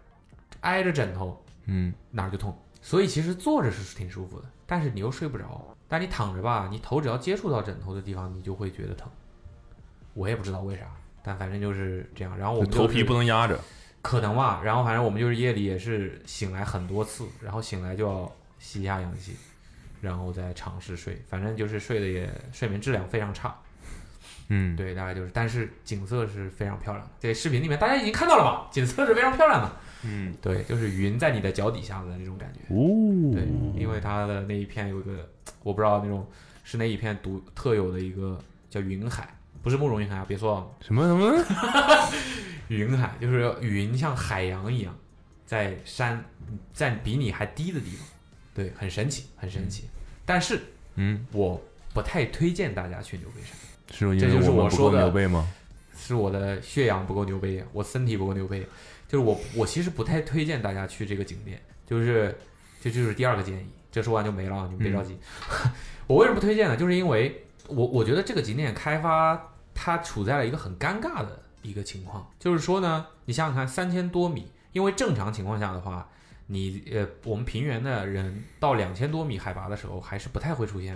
挨着枕头，嗯哪儿就痛。所以其实坐着是挺舒服的，但是你又睡不着。但你躺着吧，你头只要接触到枕头的地方，你就会觉得疼。我也不知道为啥，但反正就是这样。然后哦我们就头就是皮不能压着，可能吧。然后反正我们就是夜里也是醒来很多次，然后醒来就要吸一下氧气，然后再尝试睡。反正就是睡的也睡眠质量非常差。嗯，对，大概就是，但是景色是非常漂亮的。这视频里面大家已经看到了吧？景色是非常漂亮的。嗯，对，就是云在你的脚底下的那种感觉。哦，对，因为它的那一片有一个，我不知道那种是那一片独特有的一个叫云海，不是慕容云海啊，别说啊，什么什么云海就是云像海洋一样，在山在比你还低的地方，对，很神奇，很神奇。但是嗯，我不太推荐大家去牛背山，是因这就为是我们我不说够的牛背吗？是我的血氧不够牛背，我身体不够牛背，就是我我其实不太推荐大家去这个景点，就是这就是第二个建议，这说完就没了啊，你们别着急。 我为什么不推荐呢？就是因为我我觉得这个景点开发它处在了一个很尴尬的一个情况，就是说呢，你想想看，三千多米，因为正常情况下的话，你呃我们平原的人到两千多米海拔的时候还是不太会出现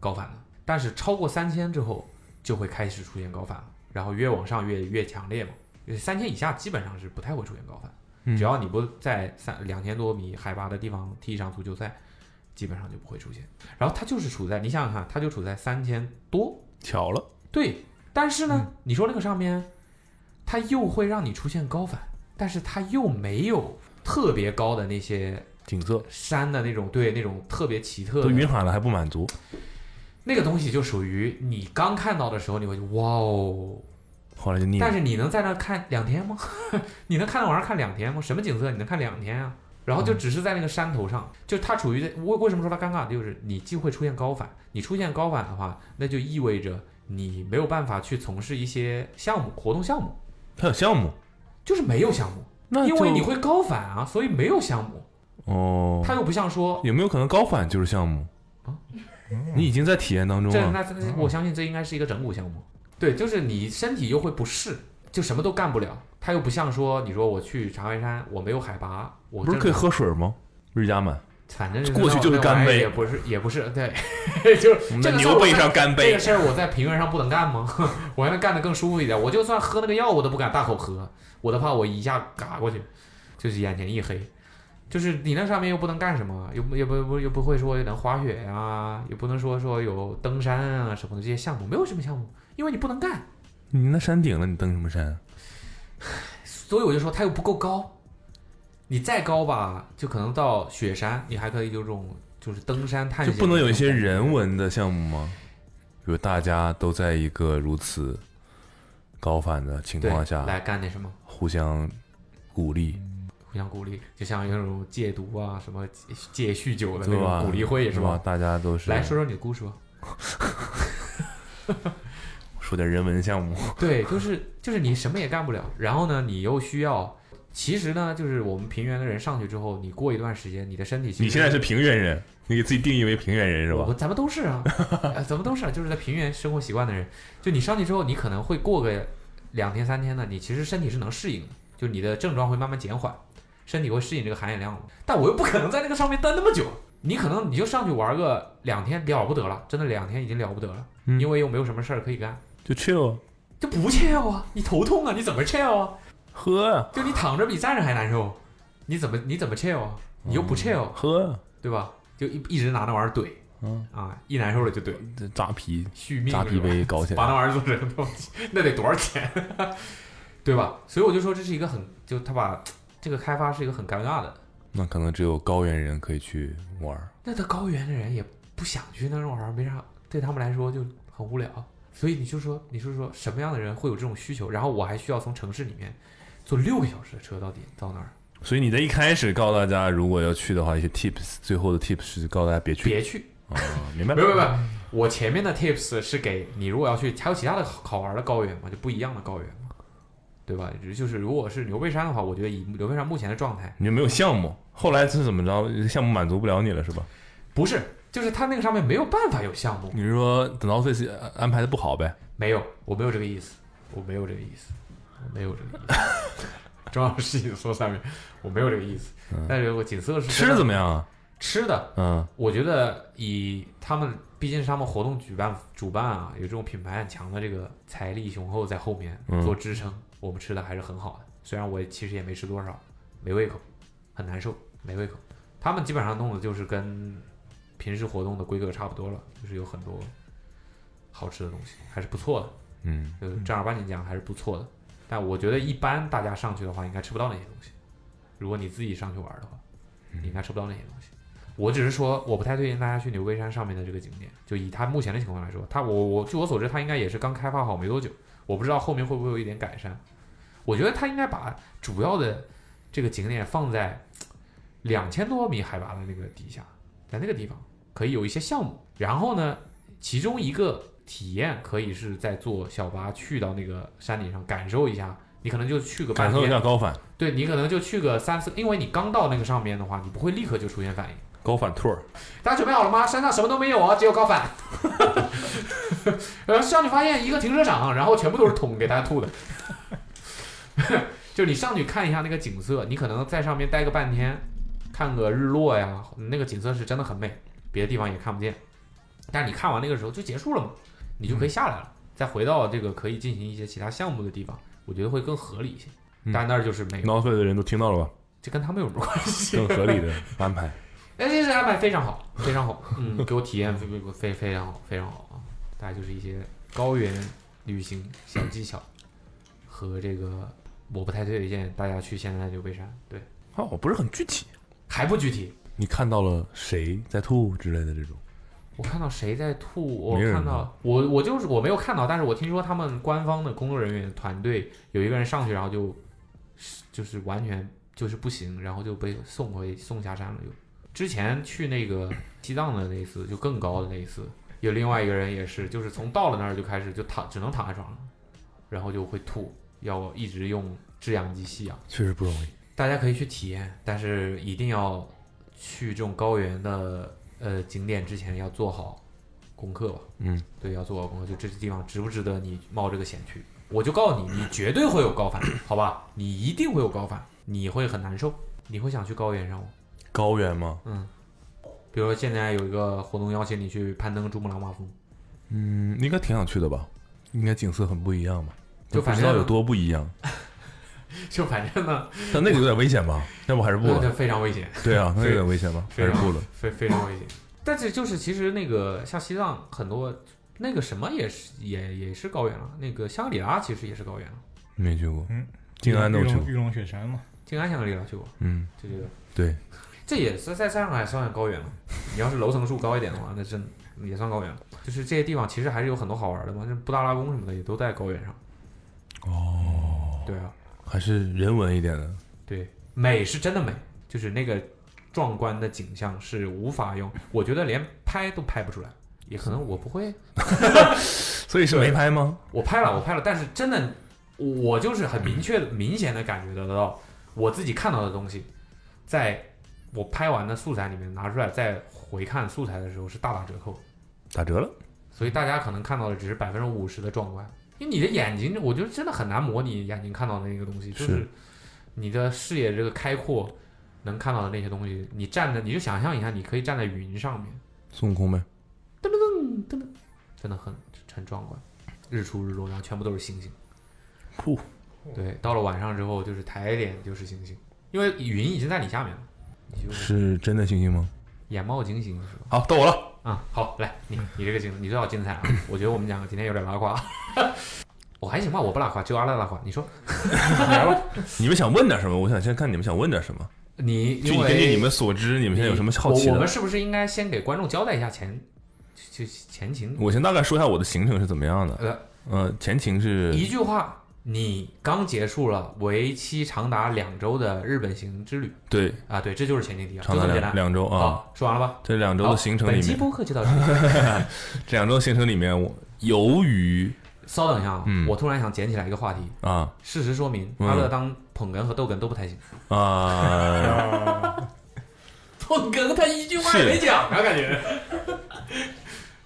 高反的，但是超过三千之后就会开始出现高反了，然后越往上越越强烈嘛。三千以下基本上是不太会出现高反，嗯只要你不在三两千多米海拔的地方踢一场足球赛，基本上就不会出现。然后它就是处在，你想想看，它就处在三千多，巧了，对。但是呢，你说那个上面，它又会让你出现高反，但是它又没有特别高的那些景色山的那种，对那种特别奇特都的云海了还不满足，那个东西，就属于你刚看到的时候，你会觉得哇哦，后来就腻但了。是你能在那看两天吗？ 你能看到晚上看两天吗？什么景色你能看两天啊？然嗯后就只是在那个山头上，就它处于为为什么说它尴尬，就是你既会出现高反，你出现高反的话，那就意味着你没有办法去从事一些项目活动项目，它有项目，就是没有项目，那因为就你会高反啊，所以没有项目。哦，它又不像说，有没有可能高反就是项目啊？你已经在体验当中啊哦这了，那这我相信这应该是一个整蛊项目，对，就是你身体又会不适，就什么都干不了。它又不像说，你说我去长白山，我没有海拔，我不是真可以喝水吗？瑞加满，反正过去就是干杯那玩意儿也不是也不是， 对，就是我们这在个事儿牛我背在上干这杯个。事儿我在平原上不能干吗？ 我还能干得更舒服一点。我就算喝那个药，我都不敢大口喝，我都怕我一下嘎过去，就是眼前一黑。就是你那上面又不能干什么，又不又不又不又不会说能滑雪呀、也不能说说有登山啊什么的这些项目，没有什么项目，因为你不能干。你那山顶了，你登什么山？所以我就说它又不够高，你再高吧，就可能到雪山，你还可以有种就是登山探就险，不能有一些人文的项目吗？比如大家都在一个如此高反的情对况下，来干点什么。互相鼓励，互相鼓励，就像有种戒毒啊、什么戒戒酗酒的那对吧？种鼓励会是是吧？吧？大家都是来说说你的故事吧。说点人文项目，对，就是就是你什么也干不了，然后呢，你又需要，其实呢，就是我们平原的人上去之后，你过一段时间，你的身体其实你现在是平原人，你给自己定义为平原人是我吧？咱们都是啊，呃咱们都是、啊，就是在平原生活习惯的人，就你上去之后，你可能会过个两天三天的，你其实身体是能适应的，就你的症状会慢慢减缓，身体会适应这个含氧量的。但我又不可能在那个上面待那么久，你可能你就上去玩个两天了不得了，真的两天已经了不得了，嗯因为又没有什么事儿可以干，就 chill 就不 chill 啊，你头痛啊，你怎么 chill 啊？喝啊，就你躺着比站着还难受，你怎么你怎么 chill 啊？你哦又不 chill，、喝，啊对吧？就一一直拿那玩意儿怼嗯，啊，一难受了就怼，这扎啤续命扎是啤吧杯搞起把那来，玩意儿做成东西，那得多少钱， 对吧？所以我就说这是一个很，就他把这个开发是一个很尴尬的。那可能只有高原人可以去玩儿。那他高原的人也不想去那种玩意儿，没啥，对他们来说就很无聊。所以你就说，你是说什么样的人会有这种需求？然后我还需要从城市里面坐六个小时的车到点到那儿，所以你在一开始告诉大家，如果要去的话，一些 tips，最后的 tips 是告诉大家别去。别去。 啊，明白？没有没有没有，我前面的 tips 是给你，如果要去，还有其他的好玩的高原嘛，就不一样的高原嘛，对吧？就是如果是牛背山的话，我觉得以牛背山目前的状态，你就没有项目。后来是怎么着？项目满足不了你了是吧？不是，就是他那个上面没有办法有项目，你是说等到 office 安排的不好呗？没有，我没有这个意思，我没有这个意思，我没有这个意思。 张老师，你说三遍，我没有这个意思。但是我景色是真嗯吃的怎么样啊？吃的，嗯，我觉得以他们毕竟是他们活动举办主办啊，有这种品牌很强的这个财力雄厚在后面嗯做支撑，我们吃的还是很好的。虽然我也其实也没吃多少，没胃口，很难受，没胃口。他们基本上弄的就是跟平时活动的规格差不多了，就是有很多好吃的东西，还是不错的。嗯，就是正儿八经讲还是不错的。但我觉得一般大家上去的话，应该吃不到那些东西。如果你自己上去玩的话，嗯你应该吃不到那些东西。我只是说，我不太推荐大家去牛背山上面的这个景点。就以它目前的情况来说，它我我据我所知，它应该也是刚开发好没多久，我不知道后面会不会有一点改善。我觉得它应该把主要的这个景点放在两千多米海拔的那个底下，在那个地方可以有一些项目。然后呢，其中一个体验可以是在坐小巴去到那个山顶上感受一下，你可能就去个半感天受一下高反，对你可能就去个三四，因为你刚到那个上面的话，你不会立刻就出现反应。高反 tour。大家准备好了吗？山上什么都没有啊，只有高反。 呃，上去发现一个停车场，然后全部都是桶给大家吐的。 就你上去看一下那个景色，你可能在上面待个半天，看个日落呀，那个景色是真的很美，别的地方也看不见。但是你看完那个时候就结束了嘛，你就可以下来了，再回到这个可以进行一些其他项目的地方，我觉得会更合理一些。嗯但那儿就是没有， n o f i 的人都听到 了吧？这跟他们有什么关系？ 更合理的安排。哎，这次安排非常好，非常好，嗯，给我体验非非非非常好，非常好啊！大概就是一些高原旅行小技巧和这个，我不太推荐大家去现在的牛背山，对，哦，不是很具体。还不具体。你看到了谁在吐之类的这种？我看到谁在吐，我没人看吗到我我就是我没有看到，但是我听说他们官方的工作人员团队有一个人上去，然后就就是完全就是不行，然后就被送回送下山了。就之前去那个西藏的那一次，就更高的那一次，有另外一个人也是，就是从到了那儿就开始就躺，只能躺在床上，然后就会吐，要一直用制氧机吸氧。确实不容易。大家可以去体验，但是一定要去这种高原的呃景点之前要做好功课吧。嗯，对，要做好功课，就这些地方值不值得你冒这个险去？我就告诉你，你绝对会有高反，好吧？你一定会有高反，你会很难受，你会想去高原上吗？高原吗？嗯，比如说现在有一个活动邀请你去攀登珠穆朗玛峰，嗯，应该挺想去的吧？应该景色很不一样吧？就不反知正道有多不一样，就反正呢，但那个有点危险 吧？要不还是不那就了？非常危险。对 啊，那个有点危险吧？还非是常不了。非非常危险。但是就是其实那个像西藏很多那个什么也是也也是高原了，那个香格里拉其实也是高原了，没去过，嗯，静安都玉去龙过玉。龙雪山嘛，静安香格里拉去过，嗯，就这个对，这也是在上海算高原了。你要是楼层数高一点的话，那真也算高原了。就是这些地方其实还是有很多好玩的嘛，像布达拉宫什么的也都在高原上。哦，对啊，还是人文一点的。对，美是真的美，就是那个壮观的景象是无法用，我觉得连拍都拍不出来，也可能我不会所以是没拍吗？我拍了，我拍了，但是真的，我就是很明确、明显的感觉得到，我自己看到的东西，在我拍完的素材里面拿出来，再回看素材的时候是大打折扣。打折了。所以大家可能看到的只是百分之五十的壮观，因为你的眼睛，我觉得真的很难模拟眼睛看到的那个东西，就是是你的视野这个开阔能看到的那些东西。你站在，你就想象一下，你可以站在云上面，孙悟空呗。真的很很壮观，日出日落，然后全部都是星星。噗，对，到了晚上之后就是抬一点就是星星，因为云已经在你下面了，你就是真的星星吗？眼冒金星是吧？好，到我了。啊，好，来你嗯你这个精，你最好精彩啊！我觉得我们两个今天有点拉胯， 我还行吧，我不拉胯，就阿赖拉胯。你说你们想问点什么？我想先看你们想问点什么。你就因为根据你们所知，你们现在有什么好奇我我们的？是不是应该先给观众交代一下前就前情？我先大概说一下我的行程是怎么样的。呃，呃，前情是一句话，你刚结束了为期长达两周的日本行之旅对啊，对，这就是前情提要，长就达这么简单。两两周啊，好，说完了吧？这两周好的行程里本期面，播客就到这 里。这两周行程里面，我由于稍等一下啊，嗯我突然想捡起来一个话题。啊事实说明，嗯阿乐当捧哏和逗哏都不太行。 啊，呃捧哏他一句话也没讲啊，感觉。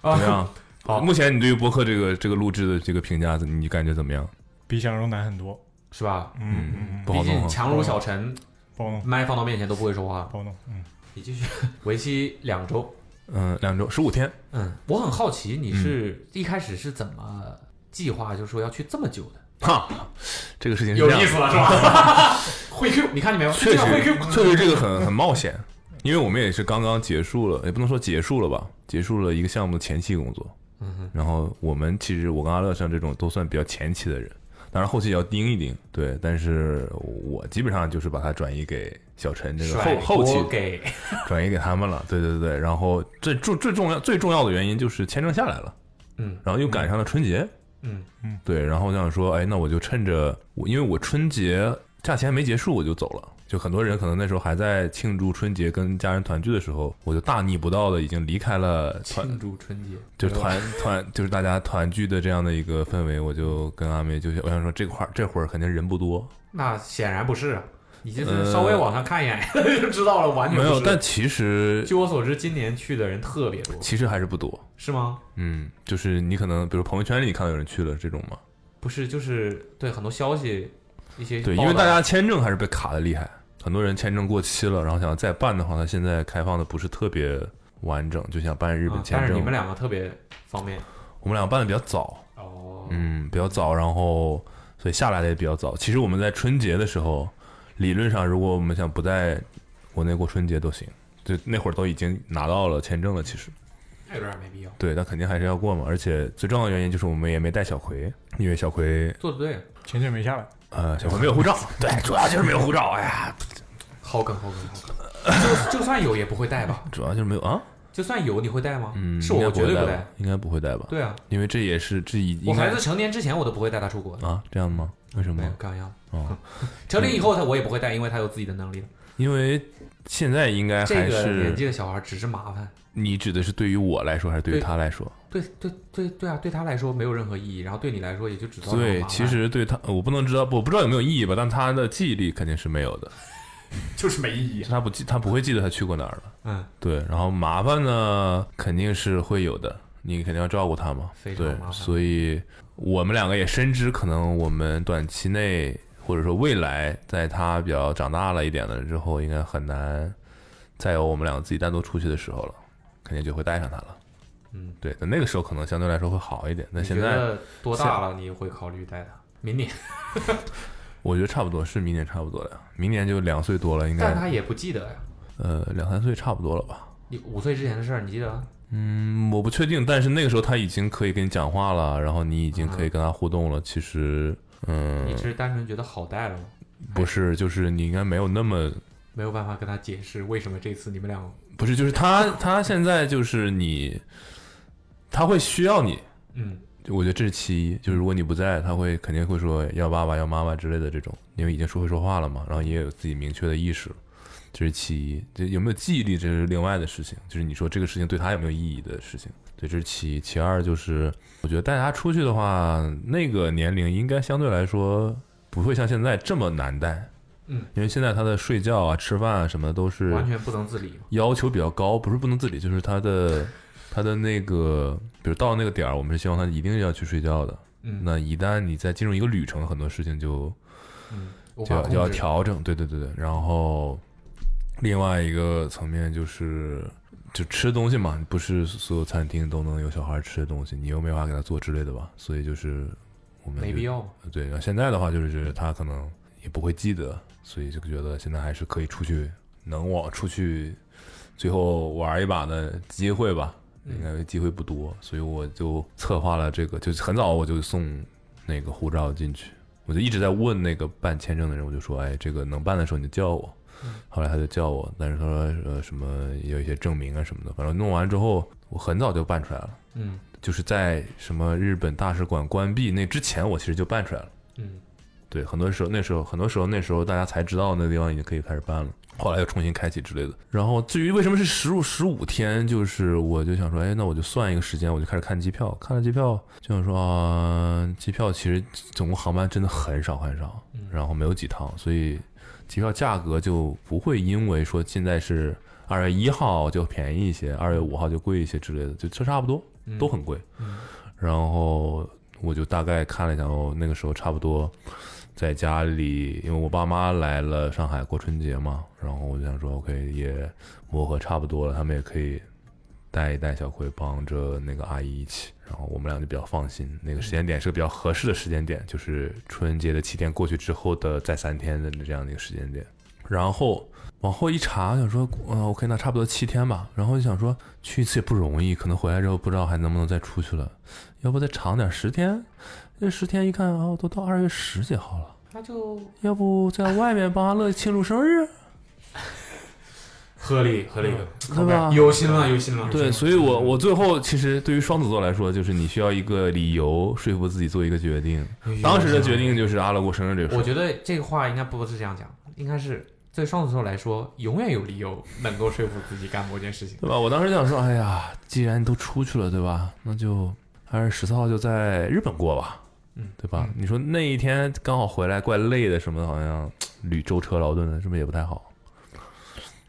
啊怎么样？好目前你对于播客这个这个录制的这个评价，你感觉怎么样？比想象中难很多。是吧？嗯嗯不嗯，好毕弄竟啊。强如小陈，包弄麦放到面前都不会说话。包弄，嗯，你继续，为期两周。嗯，两周十 五天。嗯，我很好奇，你是嗯一开始是怎么计划，就说要去这么久的？哈，这个事情是这样了，的是吧？ 会 Q，你看见没有？确这叫会 Q 实，嗯确实这个很很冒险，因为我们也是刚刚结束了，也不能说结束了吧，结束了一个项目的前期工作。嗯哼，然后我们其实我跟阿乐像这种都算比较前期的人，当然后期也要盯一盯，对。但是我基本上就是把它转移给小陈这个甩后后期锅给转移给他们了，对对对。对然后最最最重要最重要的原因就是签证下来了，嗯然后又赶上了春节，嗯对，然后我想说，哎，那我就趁着我，因为我春节假期还没结束，我就走了。就很多人可能那时候还在庆祝春节跟家人团聚的时候，我就大逆不道的已经离开了团，庆祝春节，就 是团团就是大家团聚的这样的一个氛围，我就跟阿梅就是我想说这块儿这会儿肯定人不多，那显然不是啊，已经呃是稍微往上看一眼 就知道了，完全没不有，是但其实据我所知，今年去的人特别多，其实还是不多，是吗？嗯，就是你可能比如朋友圈里你看到有人去了这种嘛，不是，就是对很多消息一些对，报因为道啊大家签证还是被卡的厉害，很多人签证过期了，然后想要再办的话，他现在开放的不是特别完整，就想办日本啊签但是证。你们两个特别方便我们俩办的比较早，哦，嗯，比较早，然后所以下来的也比较早。其实我们在春节的时候，理论上如果我们想不在国内过春节都行，就那会儿都已经拿到了签证了。其实那有点没必要，对，但肯定还是要过嘛。而且最重要的原因就是我们也没带小葵，因为小葵做的对，啊签证没下来，呃小葵没有护照， 对，主要就是没有护照。哎呀，好梗好梗好梗， 就就算有也不会带吧？主要就是没有啊，就算有你会带吗？嗯，是我应我该绝对不不会带带吧，。应该不会带吧？对啊，因为这也是这已我应孩该子成年之前我都不会带他出国的，啊，这样吗？为什没有么？开玩笑的。哦，成年以后他我也不会带，因为他有自己的能力了。因为现在应该这哎还个年纪是的小孩只是麻烦，你指的是对于我来说，还是对于对他来说？对对对对啊，对他来说没有任何意义，然后对你来说也就只造成对麻，烦其实对他，我不能知道，我不知道有没有意义吧，但他的记忆力肯定是没有的，就是没意义。他不记，他不会记得他去过哪儿了。嗯，对，然后麻烦呢，肯定是会有的，你肯定要照顾他嘛。非常对麻，烦所以我们两个也深知，可能我们短期内或者说未来，在他比较长大了一点了之后，应该很难再有我们两个自己单独出去的时候了，肯定就会带上他了。嗯，对，但那个时候可能相对来说会好一点。那你觉现在得多大了你会考虑带他？明年，我觉得差不多是明年差不多了，明年就两岁多了，应但该他也不记得呀。呃两三岁差不多了吧。你五岁之前的事儿你记得？嗯，我不确定，但是那个时候他已经可以跟你讲话了，然后你已经可以跟他互动了。其实，嗯你，只是单纯觉得好带了吗？不是，就是你应该没有那么没有办法跟他解释为什么这次你们俩，不是，就是他，他现在就是你，他会需要你。嗯，我觉得这是其一，就是如果你不在，他会肯定会说要爸爸、要妈妈之类的这种，因为已经说会说话了嘛，然后也有自己明确的意识了，这是其一。这有没有记忆力，这是另外的事情，就是你说这个事情对他有没有意义的事情，对，这是其一。其二就是，我觉得带他出去的话，那个年龄应该相对来说不会像现在这么难带，嗯，因为现在他的睡觉啊、吃饭啊什么的都是完全不能自理嘛。要求比较高，不是不能自理，就是他的他的那个，比如到那个点儿，我们是希望他一定要去睡觉的。嗯，那一旦你再进入一个旅程，很多事情就嗯，无就法要控就要制调整，对对对对。然后另外一个层面就是，就吃东西嘛，不是所有餐厅都能有小孩吃的东西，你又没法给他做之类的吧，所以就是我们没就必要嘛。对，然后现在的话就是他可能也不会记得，所以就觉得现在还是可以出去，能往出去最后玩一把的机会吧。应该机会不多，所以我就策划了这个，就是很早我就送那个护照进去，我就一直在问那个办签证的人，我就说，哎，这个能办的时候你就叫我。后来他就叫我，但是他说呃什么也有一些证明啊什么的，反正弄完之后，我很早就办出来了，嗯就是在什么日本大使馆关闭那之前，我其实就办出来了。嗯对，很多时候那时候很多时候那时候大家才知道那个地方已经可以开始办了，后来又重新开启之类的。然后至于为什么是十五十五天，就是我就想说，哎，那我就算一个时间，我就开始看机票，看了机票就想说啊，机票其实总共航班真的很少很少，然后没有几趟，所以机票价格就不会因为说现在是二月一号就便宜一些，二月五号就贵一些之类的，就就差不多都很贵。然后我就大概看了一下，我那个时候差不多在家里，因为我爸妈来了上海过春节嘛，然后我就想说，OK，也磨合差不多了，他们也可以带一带小葵，帮着那个阿姨一起，然后我们俩就比较放心。那个时间点是个比较合适的时间点，就是春节的七天过去之后的再三天的这样的一个时间点。然后往后一查，想说，嗯、o k 那差不多七天吧。然后就想说，去一次也不容易，可能回来之后不知道还能不能再出去了，要不再长点，十天。这十天一看，哦，都到二月十几号了，那就要不在外面帮阿乐庆祝生日？合理合理，对吧有心了有心了，嗯对，所以我我最后其实对于双子座来说，就是你需要一个理由说服自己做一个决定。当时的决定就是阿乐过生日这个事儿。我觉得这个话应该不是这样讲，应该是对双子座来说，永远有理由能够说服自己干某件事情。对吧？我当时想说，哎呀，既然都出去了，对吧？那就还是十四号就在日本过吧，嗯，对吧？嗯你说那一天刚好回来，怪累的什么的，好像旅舟车劳顿的，是不是也不太好？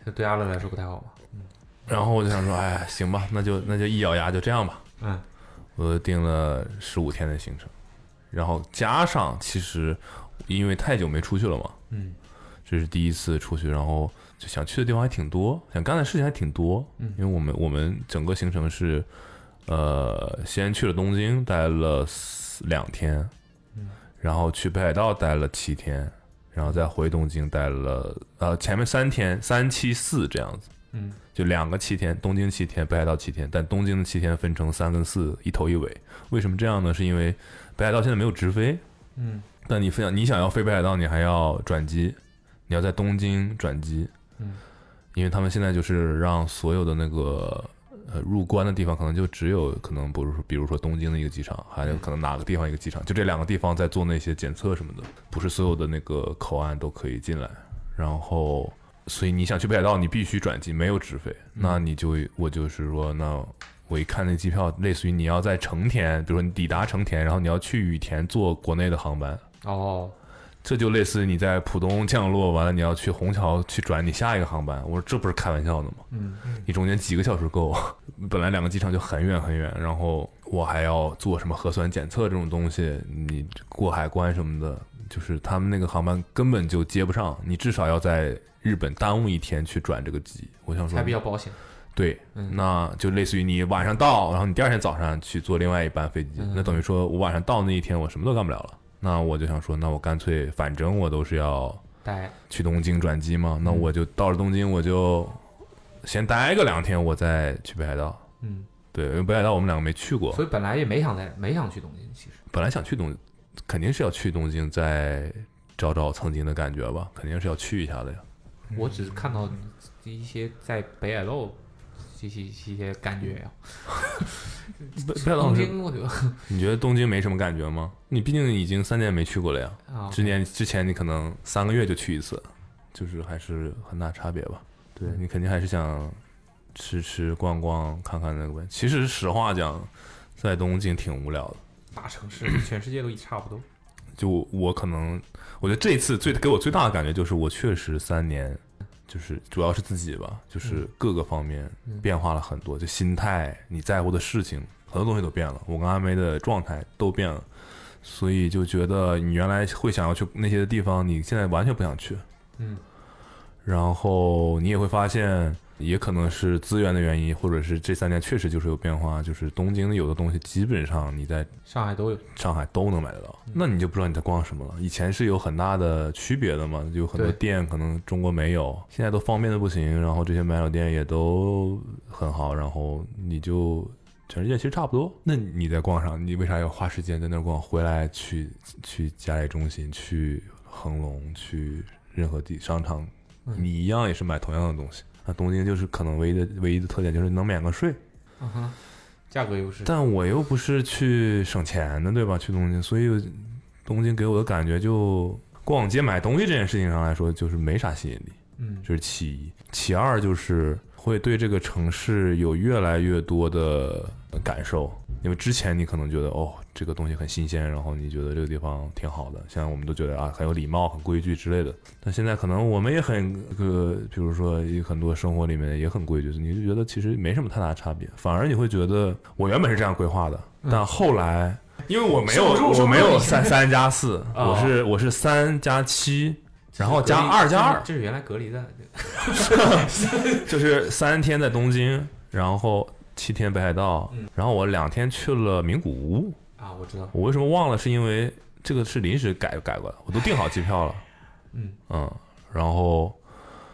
这对阿乐来说不太好嘛。然后我就想说，哎，行吧，那就那就一咬牙就这样吧，嗯我就定了十五天的行程，然后加上其实因为太久没出去了嘛，嗯这是第一次出去，然后就想去的地方还挺多，想干的事情还挺多。嗯因为我们我们整个行程是，呃，先去了东京待了四两天，嗯然后去北海道待了七天，然后再回东京待了呃前面三天三七四这样子，嗯就两个七天，东京七天，北海道七天，但东京的七天分成三跟四一头一尾。为什么这样呢？是因为北海道现在没有直飞，嗯但你分享你想要飞北海道，你还要转机，你要在东京转机，嗯，因为他们现在就是让所有的那个呃入关的地方，可能就只有可能不是说比如说东京的一个机场，还有可能哪个地方一个机场，就这两个地方在做那些检测什么的，不是所有的那个口岸都可以进来，然后。所以你想去北海道，你必须转机，没有直飞。那你就我就是说，那我一看那机票，类似于你要在成田，比如说你抵达成田，然后你要去羽田坐国内的航班，哦，这就类似于你在浦东降落完了，你要去虹桥去转你下一个航班。我说这不是开玩笑的吗？嗯你中间几个小时够？本来两个机场就很远很远，然后我还要做什么核酸检测这种东西，你过海关什么的，就是他们那个航班根本就接不上，你至少要在日本耽误一天去转这个机。我想说才比，较保险。对，嗯那就类似于你晚上到，然后你第二天早上去坐另外一班飞机，嗯那等于说我晚上到那一天我什么都干不了了。那我就想说，那我干脆反正我都是要待去东京转机嗯嘛，那我就到了东京我就先待个两天，我再去北海道。嗯，对，因为北海道我们两个没去过，所以本来也没想在，没想去东京，其实本来想去东，肯定是要去东京再找找曾经的感觉吧，肯定是要去一下的呀。我只是看到一些在北海道这些一些感觉呀。嗯北北海道东是，京我觉得你觉得东京没什么感觉吗？你毕竟已经三年没去过了呀。啊，之前之前你可能三个月就去一次，就是还是很大差别吧。对你肯定还是想吃吃逛逛看看那个呗。其实实话讲，在东京挺无聊的。大城市全世界都差不多。就我我可能，我觉得这一次最给我最大的感觉就是，我确实三年，就是主要是自己吧，就是各个方面嗯变化了很多，就心态、你在乎的事情，很多东西都变了。我跟阿梅的状态都变了，所以就觉得你原来会想要去那些地方，你现在完全不想去。嗯然后你也会发现，也可能是资源的原因，或者是这三年确实就是有变化，就是东京有的东西基本上你在上海都有，上海都能买得到，那你就不知道你在逛什么了。以前是有很大的区别的嘛，有很多对店可能中国没有，现在都方便的不行，然后这些买手店也都很好，然后你就全世界其实差不多。那你在逛上，你为啥要花时间在那儿逛？回来去去家里中心、去恒隆、去任何地商场，你一样也是买同样的东西。那东京就是可能唯一的唯一的特点就是能免个税，嗯哼，价格优势。但我又不是去省钱的，对吧？去东京，所以东京给我的感觉就逛街买东西这件事情上来说，就是没啥吸引力，嗯这是其一。其二就是会对这个城市有越来越多的感受，因为之前你可能觉得哦，这个东西很新鲜，然后你觉得这个地方挺好的，像我们都觉得啊很有礼貌、很规矩之类的。但现在可能我们也很呃，比如说有很多生活里面也很规矩，你就觉得其实没什么太大差别，反而你会觉得我原本是这样规划的，但后来嗯因为我没守住有守住我没有你三三加四，啊哦 我是我是三加七。然后这是加隔离二加二，这是原来隔离的，就是三天在东京，然后七天北海道，嗯然后我两天去了名古屋。啊，我知道，我为什么忘了？是因为这个是临时改改过来，我都订好机 票了。嗯嗯，然后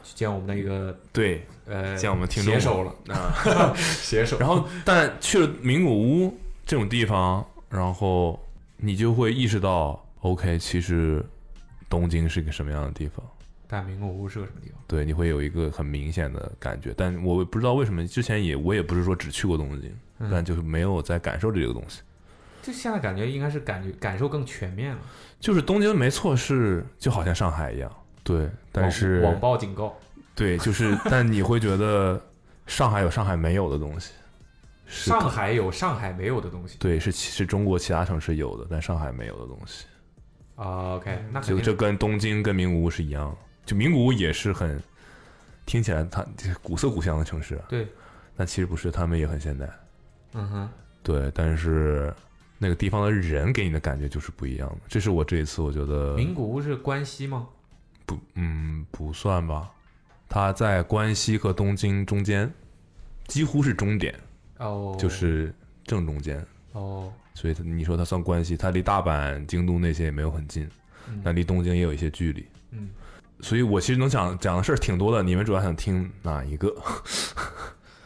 去见我们那个对，呃，见我们听众携手了，啊，携手，然后但去了名古屋这种地方，然后你就会意识到，OK，其实东京是一个什么样的地方。但名古屋是个什么地方？对，你会有一个很明显的感觉。但我不知道为什么，之前也我也不是说只去过东京，嗯但就是没有在感受这个东西。就现在感觉应该是感觉感受更全面了，就是东京没错是就好像上海一样，对，但是网网暴警告，对，就是但你会觉得上海有上海没有的东西，是上海有上海没有的东西对是其是中国其他城市有的，但上海没有的东西。啊，OK，那肯就定这跟东京跟名古屋是一样的，就名古屋也是很听起来它古色古香的城市，啊对，但其实不是，他们也很现代。嗯哼，对，但是那个地方的人给你的感觉就是不一样的。这是我这一次我觉得名古屋是关西吗？不，嗯，不算吧。它在关西和东京中间，几乎是终点，哦，就是正中间。哦，所以它你说它算关西，它离大阪、京都那些也没有很近，嗯但离东京也有一些距离。嗯，所以我其实能讲讲的事儿挺多的，你们主要想听哪一个？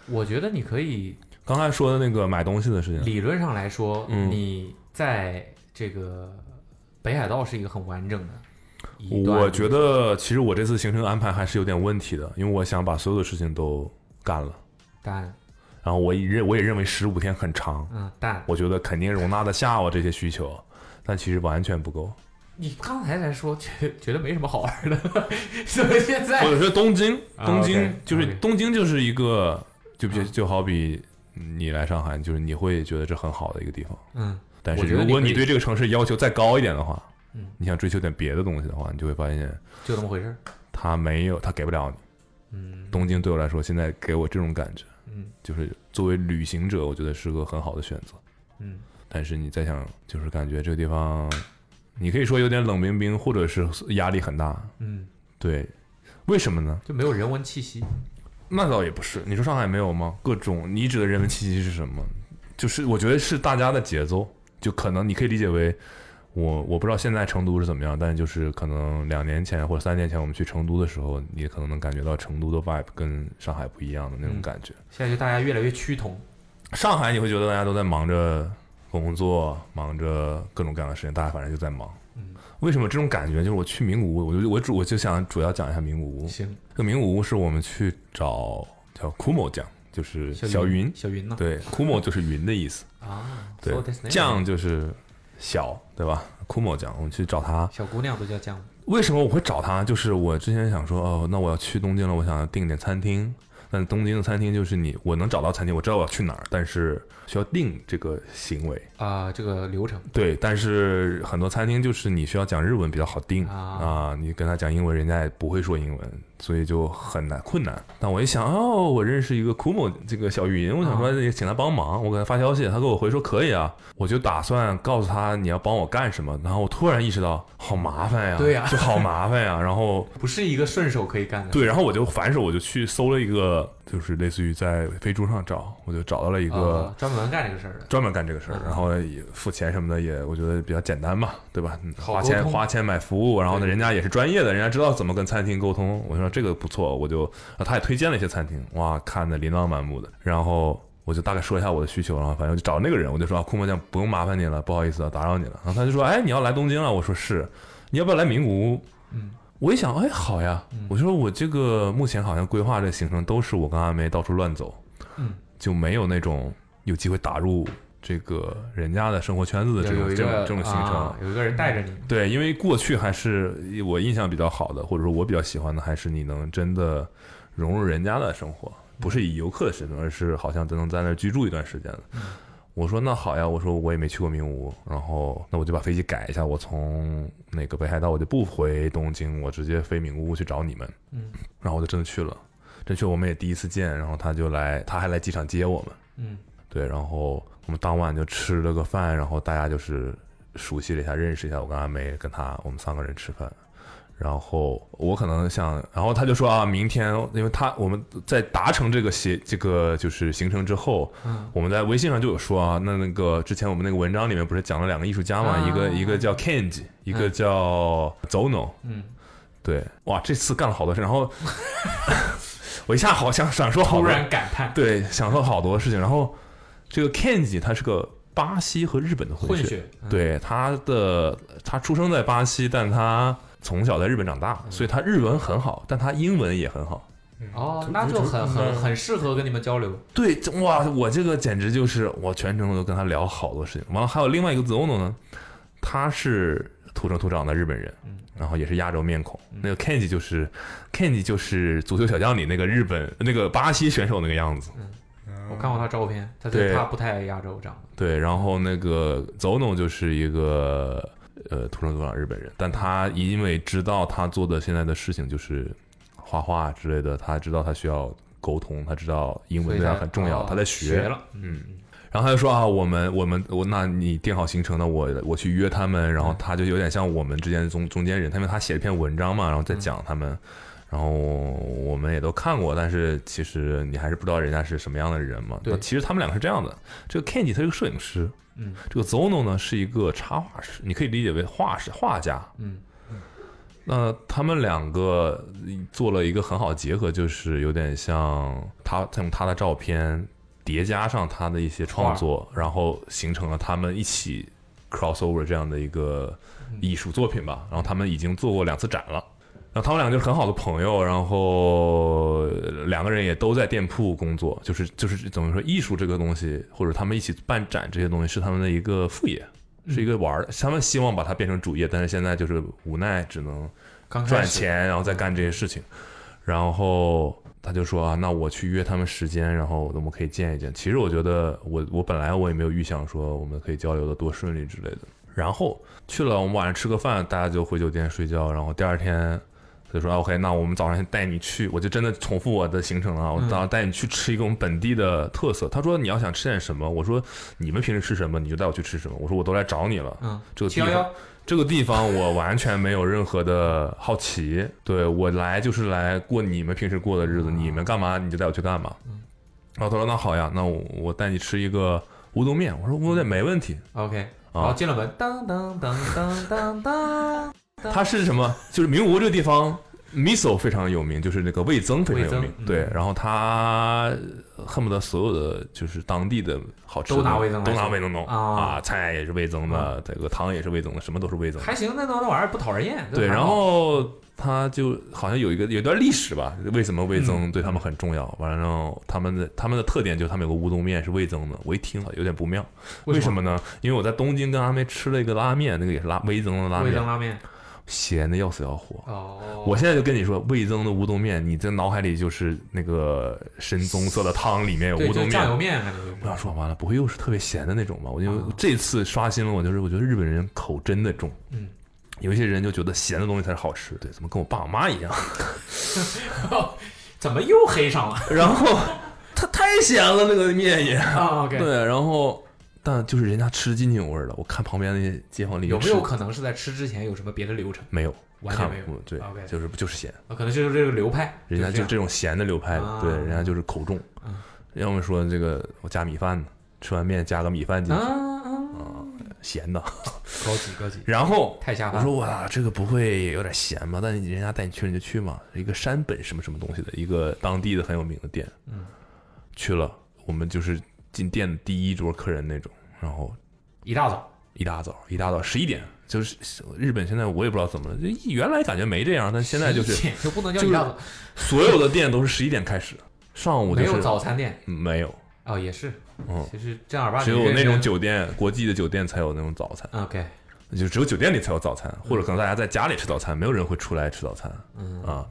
我觉得你可以刚才说的那个买东西的事情，理论上来说，嗯你在这个北海道是一个很完整的一段路。我觉得其实我这次行程安排还是有点问题的，因为我想把所有的事情都干了，但然后我也认我也认为十五天很长，嗯，但我觉得肯定容纳得下我这些需求，但其实完全不够。你刚才才说觉觉得没什么好玩的， 所以现在或者说东京，哎啊东 OK，啊京就是 OK 东京就是一个，就比就好比你来上海，就是你会觉得这很好的一个地方。嗯，但是我觉得如果你可以你对这个城市要求再高一点的话嗯，你想追求点别的东西的话，你就会发现就这么回事儿。它没有，它给不了你。嗯东京对我来说，现在给我这种感觉，嗯就是作为旅行者，我觉得是个很好的选择。嗯，但是你再想，就是感觉这个地方，你可以说有点冷冰冰，或者是压力很大。嗯，对，为什么呢？就没有人文气息。那倒也不是。你说上海没有吗？各种你指的人文气息是什么？就是我觉得是大家的节奏，就可能你可以理解为我我不知道现在成都是怎么样，但就是可能两年前或者三年前我们去成都的时候，你可能能感觉到成都的 vibe 跟上海不一样的那种嗯感觉。现在就大家越来越趋同。上海你会觉得大家都在忙着工作，忙着各种各样的事情，大家反正就在忙。嗯，为什么这种感觉？就是我去名古屋，我就我主我就想主要讲一下名古屋。行，这个名古屋是我们去找叫 Kumo 酱，就是小云。小云呢？对，Kumo 就是云的意思，啊，对 so that's nice，酱就是小，对吧？Kumo 酱，我们去找他。小姑娘都叫酱。为什么我会找他？就是我之前想说，哦，那我要去东京了，我想订点餐厅。但东京的餐厅就是你，我能找到餐厅，我知道我要去哪儿，但是需要定这个行为。啊、这个流程对，但是很多餐厅就是你需要讲日文比较好定啊、啊你跟他讲英文，人家也不会说英文，所以就很难困难。但我一想，哦，我认识一个 Kumo 这个小语音，我啊想说也请他帮忙，我给他发消息，他给我回说可以啊，我就打算告诉他你要帮我干什么。然后我突然意识到，哦，好麻烦呀，对呀就好麻烦呀。然后 不是一个顺手可以干的。对，然啊后我就反手我就去搜了一个，就是类似于在飞猪上找，我就找到了一一个啊专门干这个事儿的，嗯专门干这个事儿，然后也付钱什么的也我觉得比较简单嘛，对吧？嗯好花沟钱通花钱买服务，然后呢，对人家也是专业的，人家知道怎么跟餐厅沟通。我说这个不错，我就啊他也推荐了一些餐厅，哇，看的琳琅满目的，然后。我就大概说一下我的需求，然后反正我就找那个人，我就说啊，库莫酱不用麻烦你了，不好意思啊，打扰你了。然后他就说，哎，你要来东京了？我说是，你要不要来名古屋？嗯，我一想，哎，好呀，我说我这个目前好像规划这行程都是我跟阿梅到处乱走，嗯，就没有那种有机会打入这个人家的生活圈子的有这种有一这种个这种行程。啊有一个人带着你，对，因为过去还是我印象比较好的，或者说我比较喜欢的，还是你能真的融入人家的生活，不是以游客的身份，而是好像真能在那儿居住一段时间的。我说那好呀，我说我也没去过名古屋，然后那我就把飞机改一下，我从那个北海道我就不回东京，我直接飞名古屋去找你们。嗯然后我就真的去了，真去我们也第一次见，然后他就来，他还来机场接我们。嗯对，然后我们当晚就吃了个饭，然后大家就是熟悉了一下，认识一下我跟阿梅跟他，我们三个人吃饭。然后我可能想，然后他就说啊，明天，因为他我们在达成这个协这个就是行程之后，嗯我们在微信上就有说啊，那那个之前我们那个文章里面不是讲了两个艺术家嘛，啊一个一个叫 Kenji，一个叫 Zono，、嗯，对，哇，这次干了好多事，然后 我一下好想想说好突多，然感叹，对，想说好多事情。然后这个 Kenji 他是个巴西和日本的混血，血，嗯，对他的他出生在巴西，但他从小在日本长大，所以他日文很好，但他英文也很好。哦，那就很很很适合跟你们交流，对，这哇，我这个简直就是我全程我都跟他聊好多事情。完了，还有另外一个 Zono 呢，他是土生土长的日本人嗯，然后也是亚洲面孔。那个 Kenji 就是 Kenji 就是足球小将里那个日本那个巴西选手那个样子。嗯我看过他照片，他嗯对他不太亚洲长得，对，然后那个 Zono 就是一个呃土生土长日本人，但他因为知道他做的现在的事情就是画画之类的，他知道他需要沟通，他知道英所文以对他很重要，哦他在学了，嗯，然后他就说啊，我们我们我，那你定好行程，那我我去约他们，然后他就有点像我们之间的中中间人，因为他写了一篇文章嘛，然后再嗯讲他们，然后我们也都看过，但是其实你还是不知道人家是什么样的人嘛。对那其实他们两个是这样的，这个 Kenji 他是个摄影师，嗯这个 Zono 呢是一个插画师，你可以理解为画师画家，嗯那他们两个做了一个很好的结合，就是有点像他他用他的照片叠加上他的一些创作，然后形成了他们一起 crossover 这样的一个艺术作品吧。然后他们已经做过两次展了。然后他们两个就是很好的朋友，然后两个人也都在店铺工作，就是就是怎么说，艺术这个东西，或者他们一起办展这些东西，是他们的一个副业，是一个玩儿的。他们希望把它变成主业，但是现在就是无奈只能刚开赚始，钱，然后再干这些事情。然后他就说啊，那我去约他们时间，然后我们可以见一见。其实我觉得我我本来我也没有预想说我们可以交流的多顺利之类的。然后去了，我们晚上吃个饭，大家就回酒店睡觉。然后第二天他就说、啊、OK，那我们早上先带你去，我就真的重复我的行程了啊。我嗯早上带你去吃一个我们本地的特色。他说你要想吃点什么，我说你们平时吃什么，你就带我去吃什么。我说我都来找你了，嗯，这个七地幺方幺，这个地方我完全没有任何的好奇，对我来就是来过你们平时过的日子，你们干嘛你就带我去干嘛。嗯然后他说那好呀，那我我带你吃一个乌冬面。我说乌冬面没问题。 OK，啊然后进了门，当当当当当 当，它是什么？就是名古屋这个地方，miso 非常有名，就是那个味增非常有味名增。嗯对，然后它恨不得所有的就是当地的好吃的都拿味增来都拿做味增弄啊啊，菜也是味增的，这个汤也是味增的，什么都是味增的。还行，那那那玩意儿不讨人厌，对，吧然后他就好像有一个有段历史吧，为什么味嗯增对他们很重要？完了、他们的他们的特点就是他们有个乌冬面是味增的，我一听有点不妙，为为什什么呢？因为我在东京跟阿妹吃了一个拉面，那个也是拉味增的拉味增面，拉面，咸的要死要活。哦，我现在就跟你说，味增的乌冬面，你在脑海里就是那个深棕色的汤，里面有对乌就冬是酱油面。面感觉就是我想说，完了，不会又是特别咸的那种吧？我就、啊这次刷新了，我就是我觉得日本人口真的重。嗯，有一些人就觉得咸的东西才是好吃，对，怎么跟我爸我妈 一样？怎么又黑上了 然后它太咸了，那个面也。啊？OK，对，然后但就是人家吃津津有味了。我看旁边那些街坊邻居有没吃有可能是在吃之前有什么别的流程？没有，完全看没有过对 OK 就是就是咸，啊可能就是这个流派，人家就就这这样种咸的流派的，对，啊人家就是口重啊。要么说这个我加米饭呢，吃完面加个米饭进去，啊啊，咸的。 高级高级，然后太下我饭说了。哇，这个不会有点咸吧？但人家带你去你就去嘛，一个山本什么什么东西的一个当地的很有名的店，嗯，去了，我们就是进店的第一桌客人那种，然后一大早一大早一大早十一点，就是日本现在我也不知道怎么了，就一原来感觉没这样，但现在 就是一点就不能叫一大早，所有的店都是十一点开始，上午就没是有早餐店嗯没有，哦，也是嗯，其实正儿八只经有那认种真酒店国际的酒店才有那种早餐， OK，就只有酒店里才有早餐，或者可能大家在家里吃早餐，没有人会出来吃早餐嗯啊。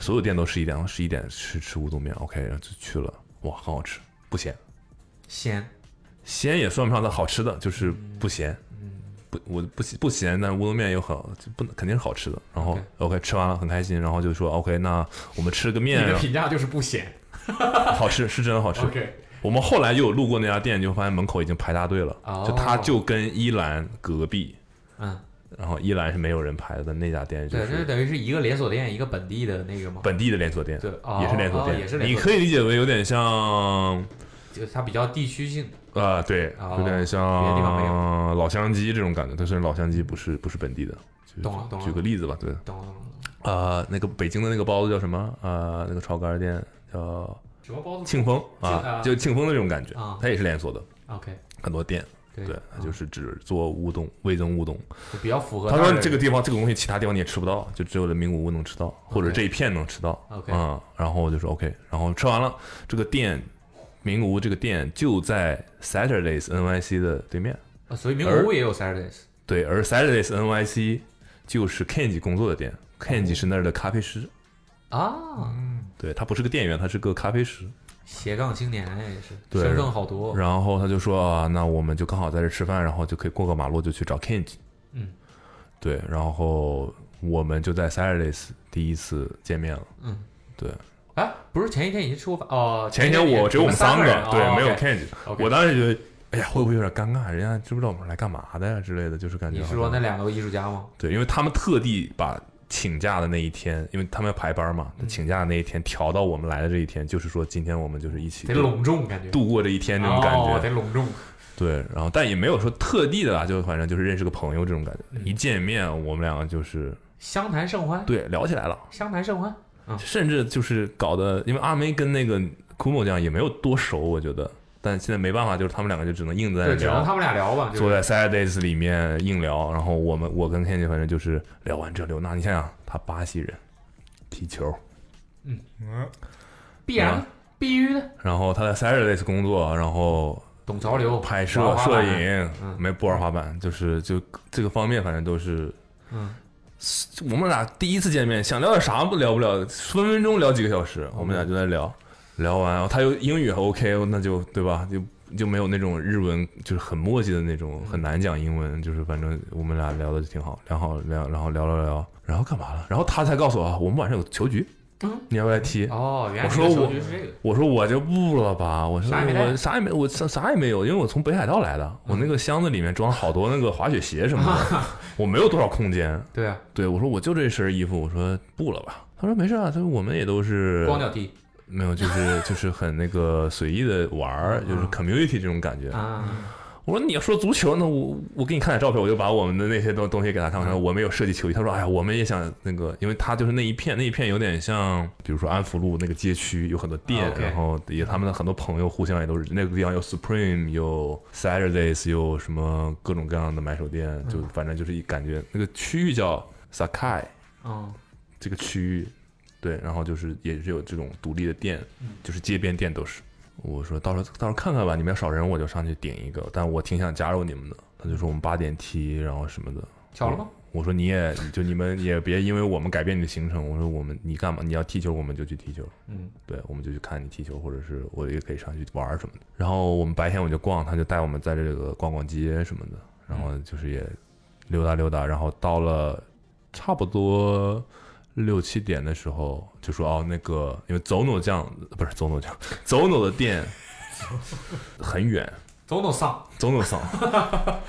所有店都十一点，然后十一点吃吃乌冬面，OK，然后就去了，哇，很好吃，不咸，鲜咸也算不上它好吃的，就是不咸。嗯不，我不咸不咸，但乌冬面又好，就不能肯定是好吃的。然后 OK 吃完了很开心，然后就说 OK，那我们吃个你面的，评价就是不咸好吃是真的好吃。 OK，我们后来又有路过那家店，就发现门口已经排大队了，哦就它就跟一兰隔壁，嗯，然后一兰是没有人排的，那家店就对，这是等于是一个连锁店，一个本地的那个嘛，本地的连锁店，对哦也是连锁哦店，也是连你锁可以理解为有点像就它比较地区性的。啊，对，哦有点别的地方没像老乡鸡这种感觉，但是老乡鸡不是不是本地的。就是懂了懂了举个例子吧，对，懂了懂了。啊，那个北京的那个包子叫什么？啊，那个炒肝店叫什么包子？庆丰庆啊啊，就庆丰的那种感觉啊，它也是连锁的， OK，很多店，对对，它嗯就是只做乌冬、味增乌冬。就比较符合他那儿说的这个地方这个东西其他地方你也吃不到，就只有人民古屋能吃到，或啊者这一片能吃到。 OK 嗯，然后我就说 OK，然后吃完了，这个店，名古屋这个店就在 Saturdays NYC 的对面，啊所以名而古屋也有 Saturdays 对，而 Saturdays NYC 就是 Kenji 工作的店，Kenji 是那儿的咖啡师，啊，对他不是个店员，他是个咖啡师。斜杠青年啊也是，对身份好多。然后他就说啊，那我们就刚好在这吃饭，然后就可以过个马路就去找 Kenji。嗯，对，然后我们就在 Saturdays 第一次见面了。嗯，对，哎，不是前一天已经吃过饭哦？前一天我只有我们三三个，人对，哦没有 OK Kenji。 OK 我当时觉得，哎呀，会不会有点尴尬？人家知不知道我们来干嘛的呀之类的，就是感觉你好是像。说那两个艺术家吗？对，因为他们特地把请假的那一天，因为他们要排班嘛，嗯请假的那一天调到我们来的这一天，就是说今天我们就是一起得隆重感觉，度过这一天这种感哦得觉。隆重。对，然后但也没有说特地的啊，就反正就是认识个朋友这种感觉。嗯一见面，我们两个就是相谈甚欢，对聊起来了，相谈甚欢。甚至就是搞得，因为阿梅跟那个库某酱也没有多熟，我觉得。但现在没办法，就是他们两个就只能硬在那对，只能聊他，们俩聊吧。就是坐在 Saturdays 里面硬聊，然后我们我跟 Kenji 反正就是聊完这聊那，你想想他巴西人踢球，嗯，必然啊必须的，然后他在 Saturdays 工作，然后懂潮流，拍摄玩、滑摄板，影，嗯没不玩滑板，就是就这个方面，反正都是嗯，我们俩第一次见面，想聊点啥不聊不了，分分钟聊几个小时，我嗯们俩就在聊，聊完然后他又英语还 OK，那就对吧？就就没有那种日文就是很墨迹的那种，很难讲英文，就是反正我们俩聊的就挺好，聊好聊，然后聊聊聊，然后干嘛了？然后他才告诉我，我们晚上有球局，嗯你要不要来踢？哦，原来我说你的我球局是这个，我说我就不了吧，我说啥也没带嗯我啥也没，我啥啥也没有，因为我从北海道来的，我那个箱子里面装好多那个滑雪鞋什么 的，我没有多少空间。对啊，对我说我就这身衣服，我说不了吧。他说没事啊，他说我们也都是光脚踢没有，就是就是很那个随意的 玩儿，就是 community 这种感觉。啊，我说你要说足球呢，我我给你看点照片，我就把我们的那些东东西给他看。我嗯说我们有设计球衣，他说哎呀，我们也想那个，因为他就是那一片，那一片有点像，比如说安福路那个街区有很多店，啊，OK 然后也他们的很多朋友互相也都是那个地方有 Supreme，有 Saturdays，有什么各种各样的买手店，就反正就是一感觉那个区域叫 Sakai。嗯，这个区域，对，然后就是也是有这种独立的店，就是街边店都是。我说到时候到时候看看吧，你们要少人我就上去顶一个，但我挺想加入你们的。他就说我们八点踢，然后什么的。巧了吗？我说你也就你们也别因为我们改变你的行程。我说我们你干嘛？你要踢球我们就去踢球，嗯，对，我们就去看你踢球，或者是我也可以上去玩儿什么的。然后我们白天我就逛，他就带我们在这个逛逛街什么的，然嗯后就是也溜达溜达，然后到了差不多六七点的时候，就说哦，那 个因为走走酱不是走走酱，走走的店很远，总统上总 总桑，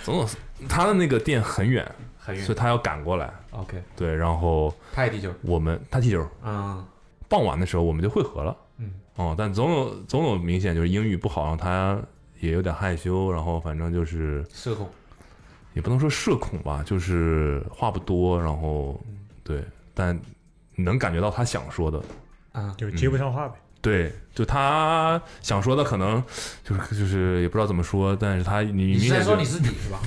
总总桑，他的那个店很远，很所以远。他要赶过来。 OK，对，然后他也踢球，我们他踢球，嗯傍晚的时候我们就会合了。嗯，哦，但总总总总明显就是英语不好，然后他也有点害羞，然后反正就是社恐。也不能说社恐吧，就是话不多，然后对，但能感觉到他想说的，啊，就接不上话呗。对，就他想说的可能就是就是也不知道怎么说，但是他你明你是在显说就你自己是吧？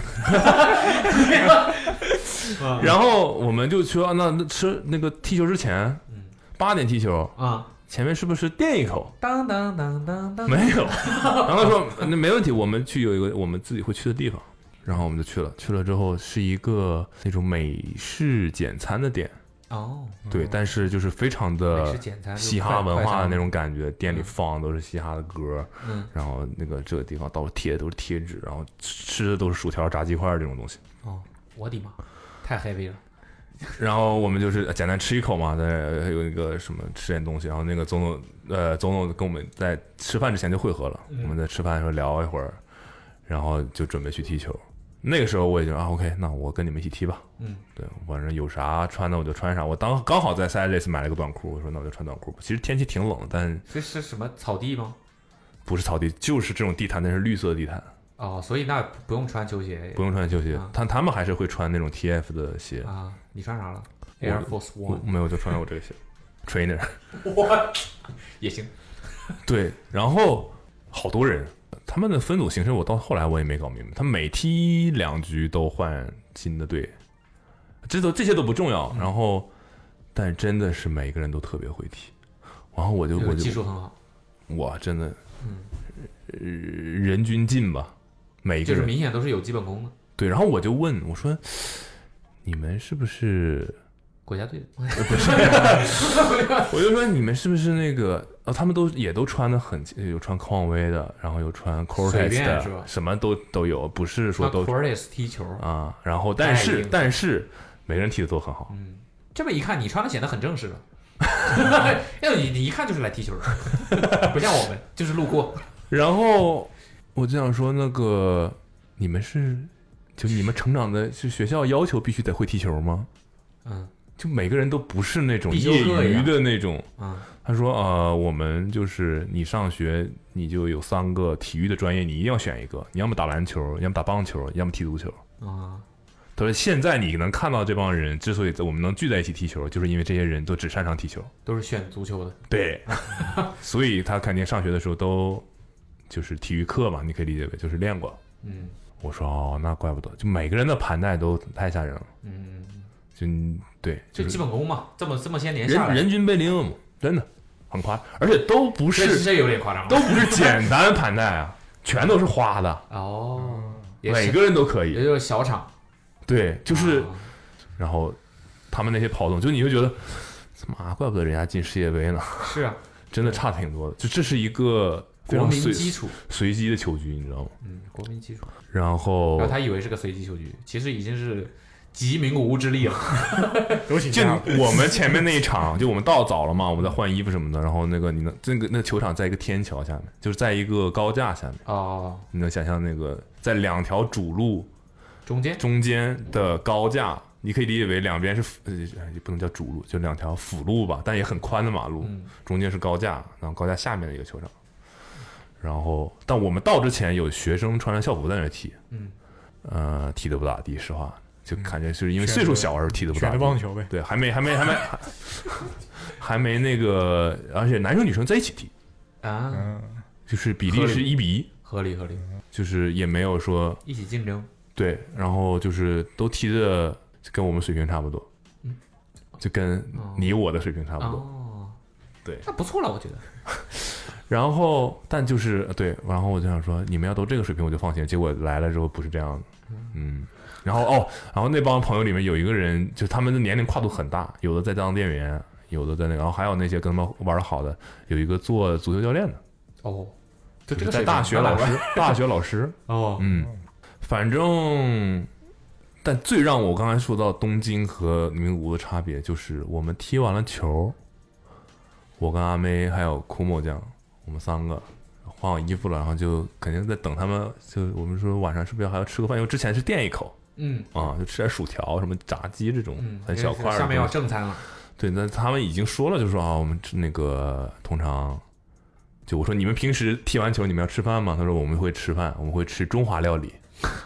然后我们就去啊，那那吃那个踢球之前嗯，八点踢球，啊，前面是不是垫一口？当当当当 当，没有，然后他说那没问题，我们去有一个我们自己会去的地方，然后我们就去了，去了之后是一个那种美式简餐的店，哦，对，但是就是非常的美式简餐就呃嘻哈文化的那快种感觉，店里嗯放的都是嘻哈的歌，嗯，然后那个这个地方到处贴的都是贴纸，然后吃的都是薯条、炸鸡块这种东西。哦，我的妈，太 heavy 了，然后我们就是呃简单吃一口嘛，在有一个什么吃点东西，然后那个总总呃总总跟我们在吃饭之前就会合了，嗯我们在吃饭的时候聊一会儿，然后就准备去踢球。那个时候我已经啊 OK，那我跟你们一起踢吧。嗯，对，反正有啥穿的我就穿啥。我当刚好在 Sideways 买了个短裤，我说那我就穿短裤吧。其实天气挺冷的，但这是什么草地吗？不是草地，就是这种地毯，但是绿色的地毯，哦，所以那不用穿球鞋不用穿球鞋啊。他他们还是会穿那种 TF 的鞋，啊？你穿啥了我？Air Force 我 One 没有就穿我这 个鞋，trainer。也行，对，然后好多人，他们的分组形式我到后来我也没搞明白，他每踢两局都换新的队，这都这些都不重要。然后，但真的是每个人都特别会踢，然后我就就是我技就术很好，嗯我真的，呃人均进吧，每一个就是人明显都是有基本功的，对。然后我就问我说，你们是不 是？国家队的。我就说你们是不是那个？啊，他们都也都穿的很，有穿匡威的，然后有穿 Cortez 便是的吧，什么都都有，不是说那都 Cortis 踢球，啊。然后但太硬是了但是每个人踢的都很好，嗯，这么一看，你穿的显得很正 式了。要你你一看就是来踢球的， 不像我们就是路过。然后我就想说，那个你们是就你们成长的是学校要求必须得会踢球吗？嗯就每个人都不是那种必修业课一余样的那种。啊他说呃，我们就是你上学你就有三个体育的专业，你一定要选一个，你要么打篮球，要么打棒球，要么踢足球。啊他说现在你能看到这帮人之所以我们能聚在一起踢球，就是因为这些人都只擅长踢球。都是选足球的。 对，所以他肯定上学的时候都就是体育课嘛，你可以理解为就是练过。嗯我说哦，那怪不得，就每个人的盘带都太吓人了，嗯，就对，就就是基本功嘛，这么这么些年下人来，人均被零嘛，真的很夸张，而且都不这是这有点夸张了。都不是简单盘带啊，全都是花的，哦，也每是，个人都可也以。就是小场，对，就是啊然后他们那些跑动，就你就觉得，他妈怪不得人家进世界杯呢，是啊，真的差挺多的。就这是一个非国常民随基础，随机的球局，你知道吗？嗯，国民基础。然后然后他以为是个随机球局，其实已经是集名古屋之力了。有请就假 我们前面那一场，就我们到早了嘛，我们在换衣服什么的，然后那个你能那个那个球场在一个天桥下面，就是在一个高架下面，哦，你能想象那个在两条主路中间中间的高架，你可以理解为两边是辅呃也不能叫主路，就两条辅路吧，但也很宽的马路，嗯中间是高架，然后高架下面的一个球场。然后，但我们到之前有学生穿着校服在那儿踢，嗯，呃，踢得不咋地，实话，就感觉就是因为选岁数择小而踢得不 选咋择地。棒球呗。对，还没还没还没 还还没那个，而且男生女生在一起踢，啊，嗯，就是比例合是理一比一，合理合理，就是也没有说一起竞争。对，然后就是都踢的跟我们水平差不多，就跟嗯哦你我的水平差不多。哦，对那不错了，我觉得。然后，但就是对，然后我就想说，你们要都这个水平，我就放心。结果来了之后不是这样的，嗯。然后哦，然后那帮朋友里面有一个人，就他们的年龄跨度很大，有的在当店员，有的在那个，然后还有那些跟他们玩的好的，有一个做足球教练的，哦，就就这个水在平大学拿老过来师，大学 老师，哦，嗯，反正，但最让我刚才说到东京和名古屋的差别，就是我们踢完了球，我跟阿妹还有库莫酱，我们三个，换好衣服了，然后就肯定在等他们。就我们说晚上是不是要还要吃个饭？因为之前是垫一口嗯啊，就吃点薯条、什么炸鸡这种嗯，很小块因为儿的东西。下面要正餐了，对，那他们已经说了，就说啊，我们吃那个通常，就我说你们平时踢完球你们要吃饭吗？他说我们会吃饭，我们会吃中华料理。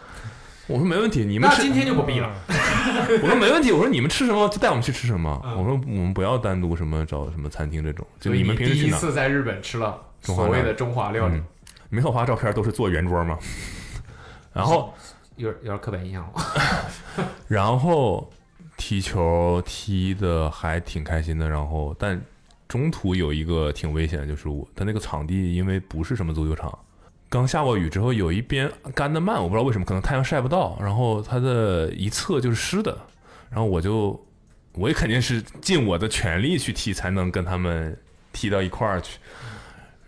我说没问题，你们嗯那吃今，天就不必了。嗯我说没问题，我说你们吃什么就带我们去吃什么。嗯我说我们不要单独什么找什么餐厅这种，就所以们平时第去一哪？次在日本吃了中华所谓料的理中华料理嗯，没有发照片都是坐圆桌嘛。 然后有点有点刻板印象 了。然后踢球踢的还挺开心的，然后但中途有一个挺危险的，就是我他那个场地因为不是什么足球场，刚下过雨之后有一边干的慢，我不知道为什么，可能太阳晒不到，然后它的一侧就是湿的，然后我就我也肯定是尽我的全力去踢，才能跟他们踢到一块儿去。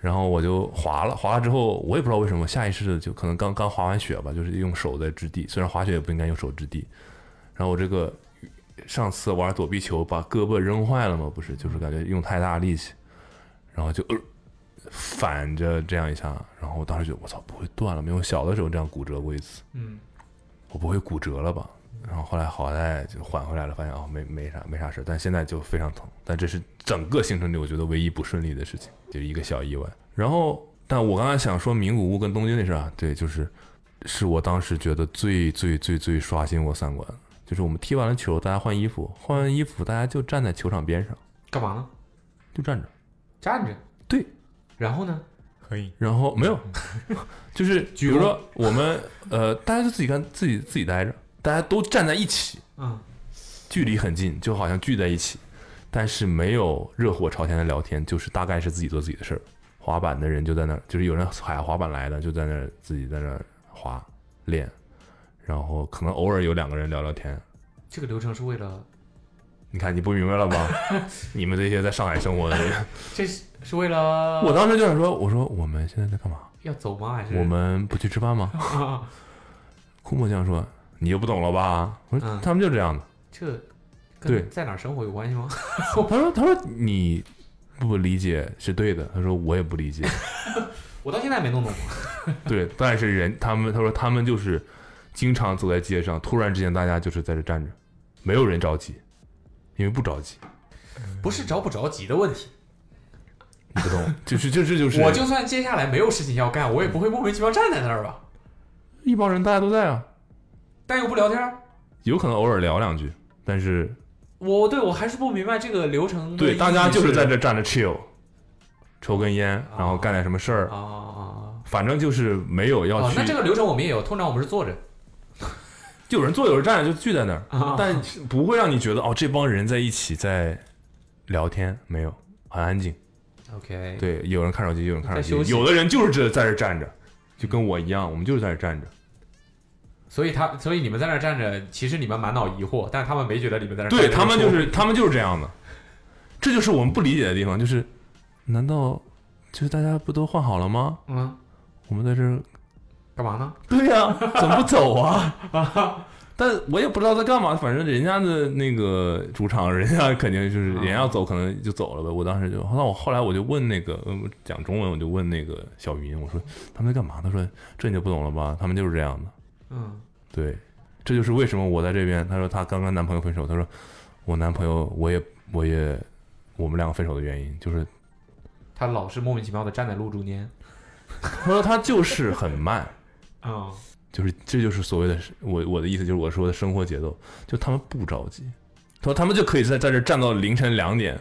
然后我就滑了，滑了之后我也不知道为什么，下意识的就可能刚刚滑完雪吧，就是用手在支地，虽然滑雪也不应该用手支地，然后我这个上次玩躲避球把胳膊扔坏了嘛，不是，就是感觉用太大力气，然后就、呃、反着这样一下，然后我当时就我操，不会断了没有？小的时候这样骨折过一次，嗯，我不会骨折了吧？然后后来好在就缓回来了，发现哦没没啥没啥事儿，但现在就非常疼。但这是整个行程里我觉得唯一不顺利的事情，就是一个小意外。然后，但我刚才想说名古屋跟东京那事儿啊，对，就是是我当时觉得最最最最刷新我三观，就是我们踢完了球，大家换衣服，换完衣服大家就站在球场边上干嘛呢？就站着，站着。对。然后呢？可以，然后没有，就是比如说我们呃，大家就自己干自己自己待着，大家都站在一起，嗯，距离很近，就好像聚在一起，但是没有热火朝天的聊天，就是大概是自己做自己的事儿。滑板的人就在那儿，就是有人海滑板来的，就在那儿自己在那儿滑练，然后可能偶尔有两个人聊聊天。这个流程是为了你看你不明白了吧？ 你们这些在上海生活的人，这是是为了我当时就想说，我说我们现在在干嘛？要走吗？还是我 们不去吃饭吗？啊？库莫酱说你就不懂了吧？我说嗯他们就这样的。这跟对在哪儿生活有关系吗？他说他说你不理解是对的，他说我也不理解。我到现在没弄懂。 对，但是人他们他说他们就是经常走在街上，突然之间大家就是在这站着，没有人着急，因为不着急，不是着不着急的问题，你不懂，就是这这就是我就算接下来没有事情要干，我也不会莫名其妙站在那儿吧？一帮人大家都在啊，但又不聊天儿，有可能偶尔聊两句，但是我对我还是不明白这个流程的意义。对大家就是是在这站着 chill，抽根烟，然后干点什么事儿，啊啊反正就是没有啊！要哦，去，那这个流程我们也有，通常我们是坐着就有人坐有人站着就聚在那儿，啊，但不会让你觉得哦这帮人在一起在聊天，没有，很安静。 OK，对，有人看手机，有人看在手休机，息有的人就是这在这站着，就跟我一样，我们就是在这站着。所以他，所以你们在那儿站着，其实你们满脑疑惑，但是他们没觉得你们在那儿站着对有他们就错是他们就是这样的，这就是我们不理解的地方，就是难道就是大家不都换好了吗？嗯，我们在这儿，干嘛呢？对呀、 怎么不走啊？ 但我也不知道在干嘛，反正人家的那个主场，人家肯定就是啊人要走，可能就走了呗。我当时就，那我后来我就问那个，嗯，讲中文，我就问那个小云，我说他们在干嘛？他说这你就不懂了吧？他们就是这样的。嗯，对，这就是为什么我在这边。她说她刚跟男朋友分手，她说我男朋友我也我也我们两个分手的原因就是，他老是莫名其妙的站在路中间。她说她就是很慢，嗯，就是这就是所谓的我我的意思就是我说的生活节奏，就他们不着急，她说他们就可以在在这站到凌晨两点，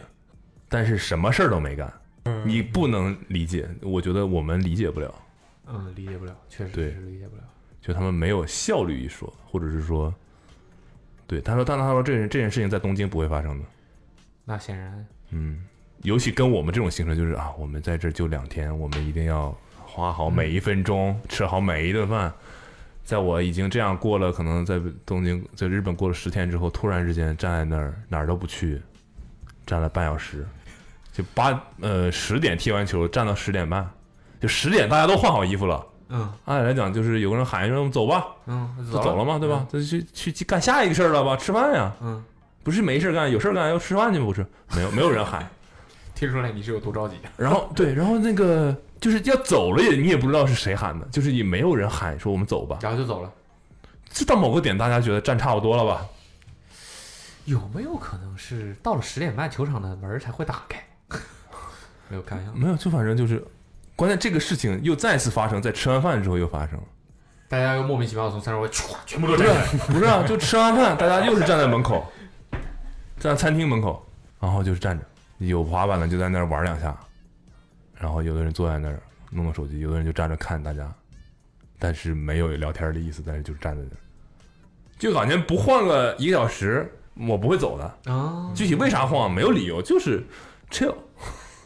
但是什么事儿都没干，嗯你不能理解，我觉得我们理解不了，嗯，理解不了，确实对是理解不了。就他们没有效率一说，或者是说。对，她说，但她说这件这件事情在东京不会发生的，那显然，嗯，尤其跟我们这种行程，就是啊，我们在这儿就两天，我们一定要花好每一分钟，吃好每一顿饭。在我已经这样过了，可能在东京、在日本过了十天之后，突然之间站在那儿哪儿都不去，站了半小时，就八呃十点踢完球，站到十点半，就十点大家都换好衣服了。嗯按理来讲，就是有个人喊一声“走吧”，嗯，就走了嘛，对吧？？就去去去干下一个事儿了吧，吃饭呀，嗯，不是没事儿干，有事儿干要吃饭去吗？不是，没有没有人喊，听出来你是有多着急。然后对，然后那个就是要走了也你也不知道是谁喊的，就是也没有人喊说我们走吧，然后就走了。就到某个点大家觉得站差不多了吧，有没有可能是到了十点半，球场的门儿才会打开？ 没有开玩笑，没有，就反正就是，关键这个事情又再次发生在吃完饭之后又发生了，大家又莫名其妙地从三十位歘全部都站起来，不是啊，就吃完饭大家又是站在门口，站在餐厅门口，然后就是站着，有滑板的就在那儿玩两下，然后有的人坐在那儿弄弄手机，有的人就站着看大家，但是没有聊天的意思，但是就是站在那儿，就感觉不晃个一个小时我不会走的，啊，具体为啥晃没有理由，就是 chill。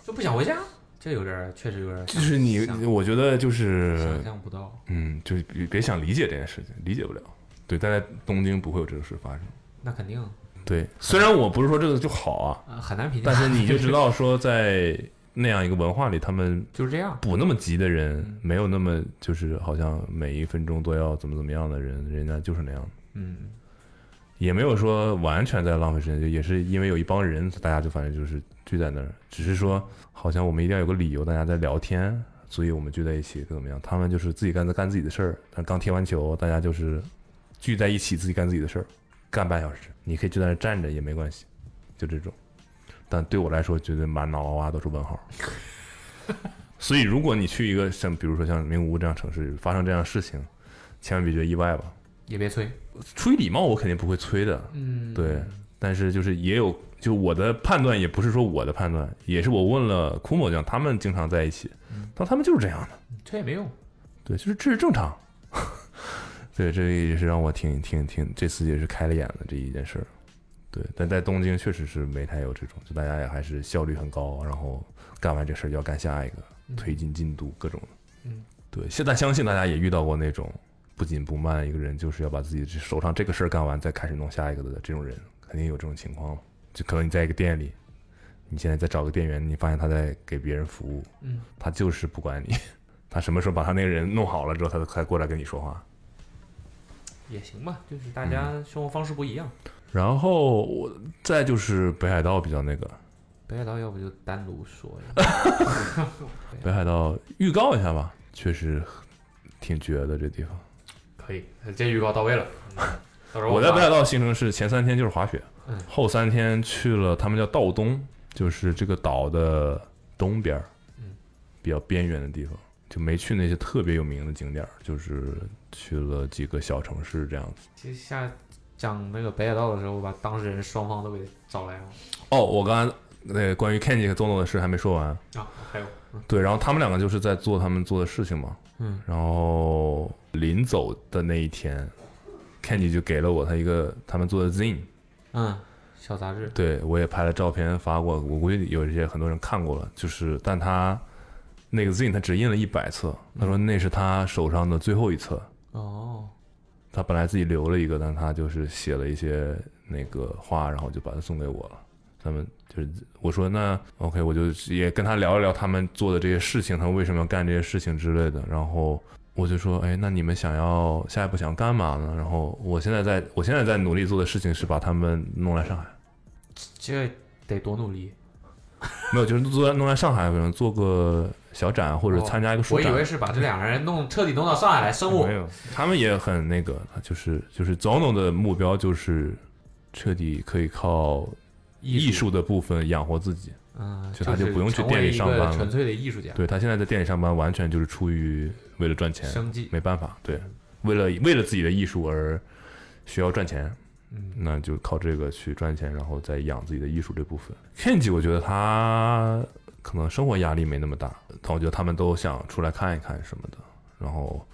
就不想回家，这有点儿确实有点儿就是你，呃想我觉得就是想象不到。嗯，就是别别想理解这件事情，理解不了。对，但在东京不会有这种事发生。那肯定对，虽然我不是说这个就好啊，呃很难评价，但是你就知道说，在那样一个文化里，他们就是这样。不那么急的人，没有那么就是好像每一分钟都要怎么怎么样的人，人家就是那样，嗯，也没有说完全在浪费时间，就也是因为有一帮人，大家就反正就是聚在那儿，只是说好像我们一定要有个理由，大家在聊天。所以我们聚在一起怎么样？他们就是自己干干自己的事儿，但刚踢完球，大家就是聚在一起自己干自己的事儿，干半小时，你可以就在那儿站着也没关系，就这种。但对我来说，觉得满脑瓜都是问号。所以，如果你去一个像比如说像名古屋这样城市发生这样的事情，千万别觉得意外吧。也别催。出于礼貌，我肯定不会催的，嗯，对，但是就是也有，就我的判断也不是说我的判断，也是我问了库某酱，他们经常在一起，但他们就是这样的，这也没用。对，就是这是正常。 对，这也是让我挺挺挺，这次也是开了眼的这一件事儿。对，但在东京确实是没太有这种，就大家也还是效率很高，然后干完这事儿就要干下一个，推进进度各种的。嗯，对，现在相信大家也遇到过那种不紧不慢，一个人就是要把自己这手上这个事儿干完，再开始弄下一个的这种人，肯定有这种情况嘛。就可能你在一个店里，你现在再找个店员，你发现他在给别人服务，嗯，他就是不管你， 他什么时候把他那个人弄好了之后，他才过来跟你说话。也行吧，就是大家嗯生活方式不一样。然后我再就是北海道比较那个，北海道要不就单独说 呀，北海道预告一下吧，确实挺绝的这地方。可以，这预告到位了。嗯到时候我在发北海道行程是前三天就是滑雪嗯，后三天去了他们叫道东，就是这个岛的东边儿嗯，比较边缘的地方，就没去那些特别有名的景点儿，就是去了几个小城市这样子。其实下讲那个北海道的时候，我把当事人双方都给找来了。哦，我刚才那个关于 Kenji 和 Zono 的事还没说完，啊，还有，对，然后他们两个就是在做他们做的事情嘛，嗯，然后临走的那一天，Kenji 就给了我他一个他们做的 Zine，嗯，小杂志，对我也拍了照片发过，我估计有一些很多人看过了，就是但他那个 Zine 他只印了一百册，他说那是他手上的最后一册，哦，他本来自己留了一个，但他就是写了一些那个话，然后就把它送给我了。他们就是我说那 OK，我就也跟他聊一聊他们做的这些事情，他们为什么要干这些事情之类的。然后我就说，哎，那你们想要下一步想干嘛呢？然后我现在在我现在在努力做的事情是把他们弄来上海，这得多努力。没有，就是做弄来上海，可能做个小展或者哦参加一个书我以展。为是把这两个人弄彻底弄到上海来生我没。有，他们也很那个，就是就是 Zono 的目标就是彻底可以靠艺术的部分养活自己。嗯，就他是就不用去店里上班了成为一个纯粹的艺术家，对他现在在店里上班，完全就是出于为了赚钱，生计。没办法，对，为了为了自己的艺术而需要赚钱，嗯，那就靠这个去赚钱，然后再养自己的艺术这部分。Kenji，我觉得他可能生活压力没那么大，但我觉得他们都想出来看一看什么的。然后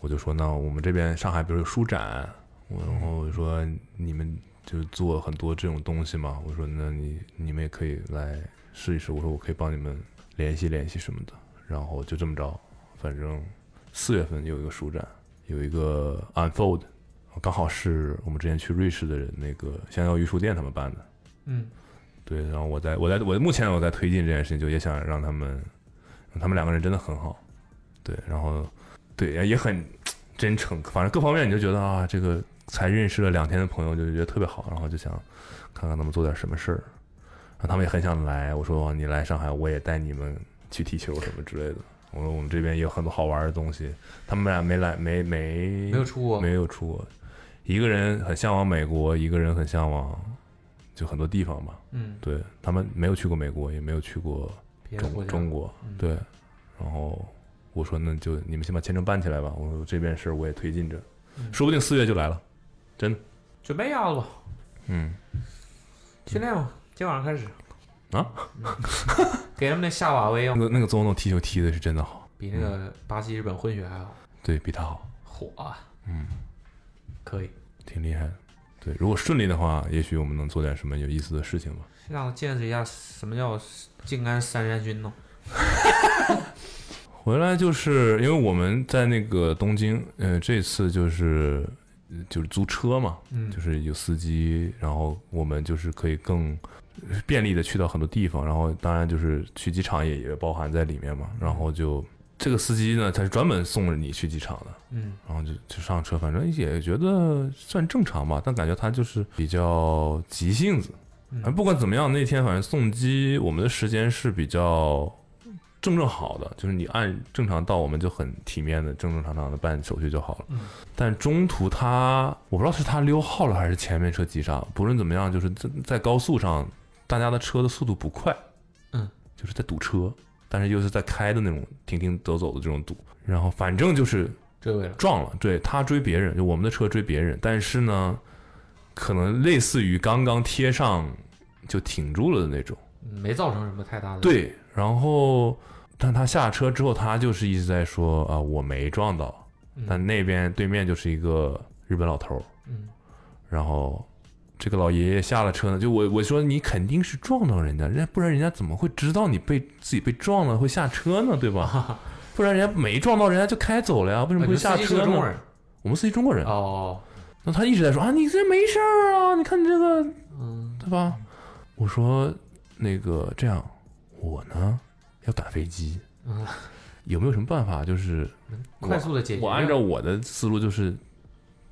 我就说，那我们这边上海，比如有书展，我然后我就说你们就是做很多这种东西嘛，我说那你你们也可以来试一试，我说我可以帮你们联系联系什么的。然后就这么着，反正四月份有一个书展，有一个 Unfold。刚好是我们之前去瑞士的人那个香蕉榆树店他们办的。嗯，对，然后我在我在我目前我在推进这件事情，就也想让他们，他们两个人真的很好，对，然后对也也很真诚，反正各方面你就觉得啊，这个才认识了两天的朋友就觉得特别好，然后就想看看他们做点什么事儿，哦然后他们也很想来，我说你来上海我也带你们去踢球什么之类的，我说我们这边也有很多好玩的东西，他们俩没来没没没有出国，没有出国，一个人很向往美国，一个人很向往就很多地方吧。嗯，对他们没有去过美国，也没有去过别的国中家中国嗯，对。然后我说那就你们先把签证办起来吧，我说这边事儿我也推进着，嗯说不定四月就来了。准备要了吧，嗯，训练吧，今晚上开始啊嗯，给他们那夏瓦威啊那，个那个总统踢球踢的是真的好，比那个巴西、日本混血还好，对比他好，火啊，嗯，可以，挺厉害的。对，如果顺利的话，也许我们能做点什么有意思的事情吧。让我见识一下什么叫静安三哦山军呢？回来就是因为我们在那个东京，呃，这次就是呃就是租车嘛，嗯就是有司机，然后我们就是可以更呃便利的去到很多地方，然后当然就是去机场也也包含在里面嘛。然后就这个司机呢，他是专门送着你去机场的，嗯，然后就就上车，反正也觉得算正常吧，但感觉他就是比较急性子。嗯哎，不管怎么样，那天反正送机我们的时间是比较正正好的，就是你按正常到，我们就很体面的正正常常的办手续就好了。嗯但中途他我不知道是他溜号了还是前面车急刹，不论怎么样，就是在在高速上大家的车的速度不快，嗯，就是在堵车，但是又是在开的那种停停走走的这种堵，然后反正就是追尾了，撞了，对他追别人，就我们的车追别人，但是呢，可能类似于刚刚贴上就停住了的那种。嗯没造成什么太大的，，对，然后但他下车之后，他就是一直在说啊、我没撞到，但那边对面就是一个日本老头儿，嗯然后这个老爷爷下了车呢，就我我说你肯定是撞到人家，人家不然人家怎么会知道你被自己被撞了会下车呢，对吧？不然人家没撞到，人家就开走了呀，为什么你会们下啊司机是车个中国呢？人我们司机中国人，啊哦，那他一直在说啊，你这没事儿啊，你看你这个嗯对吧？我说那个这样，我呢要赶飞机，嗯，有没有什么办法？就是能我快速的解决，我按照我的思路，就是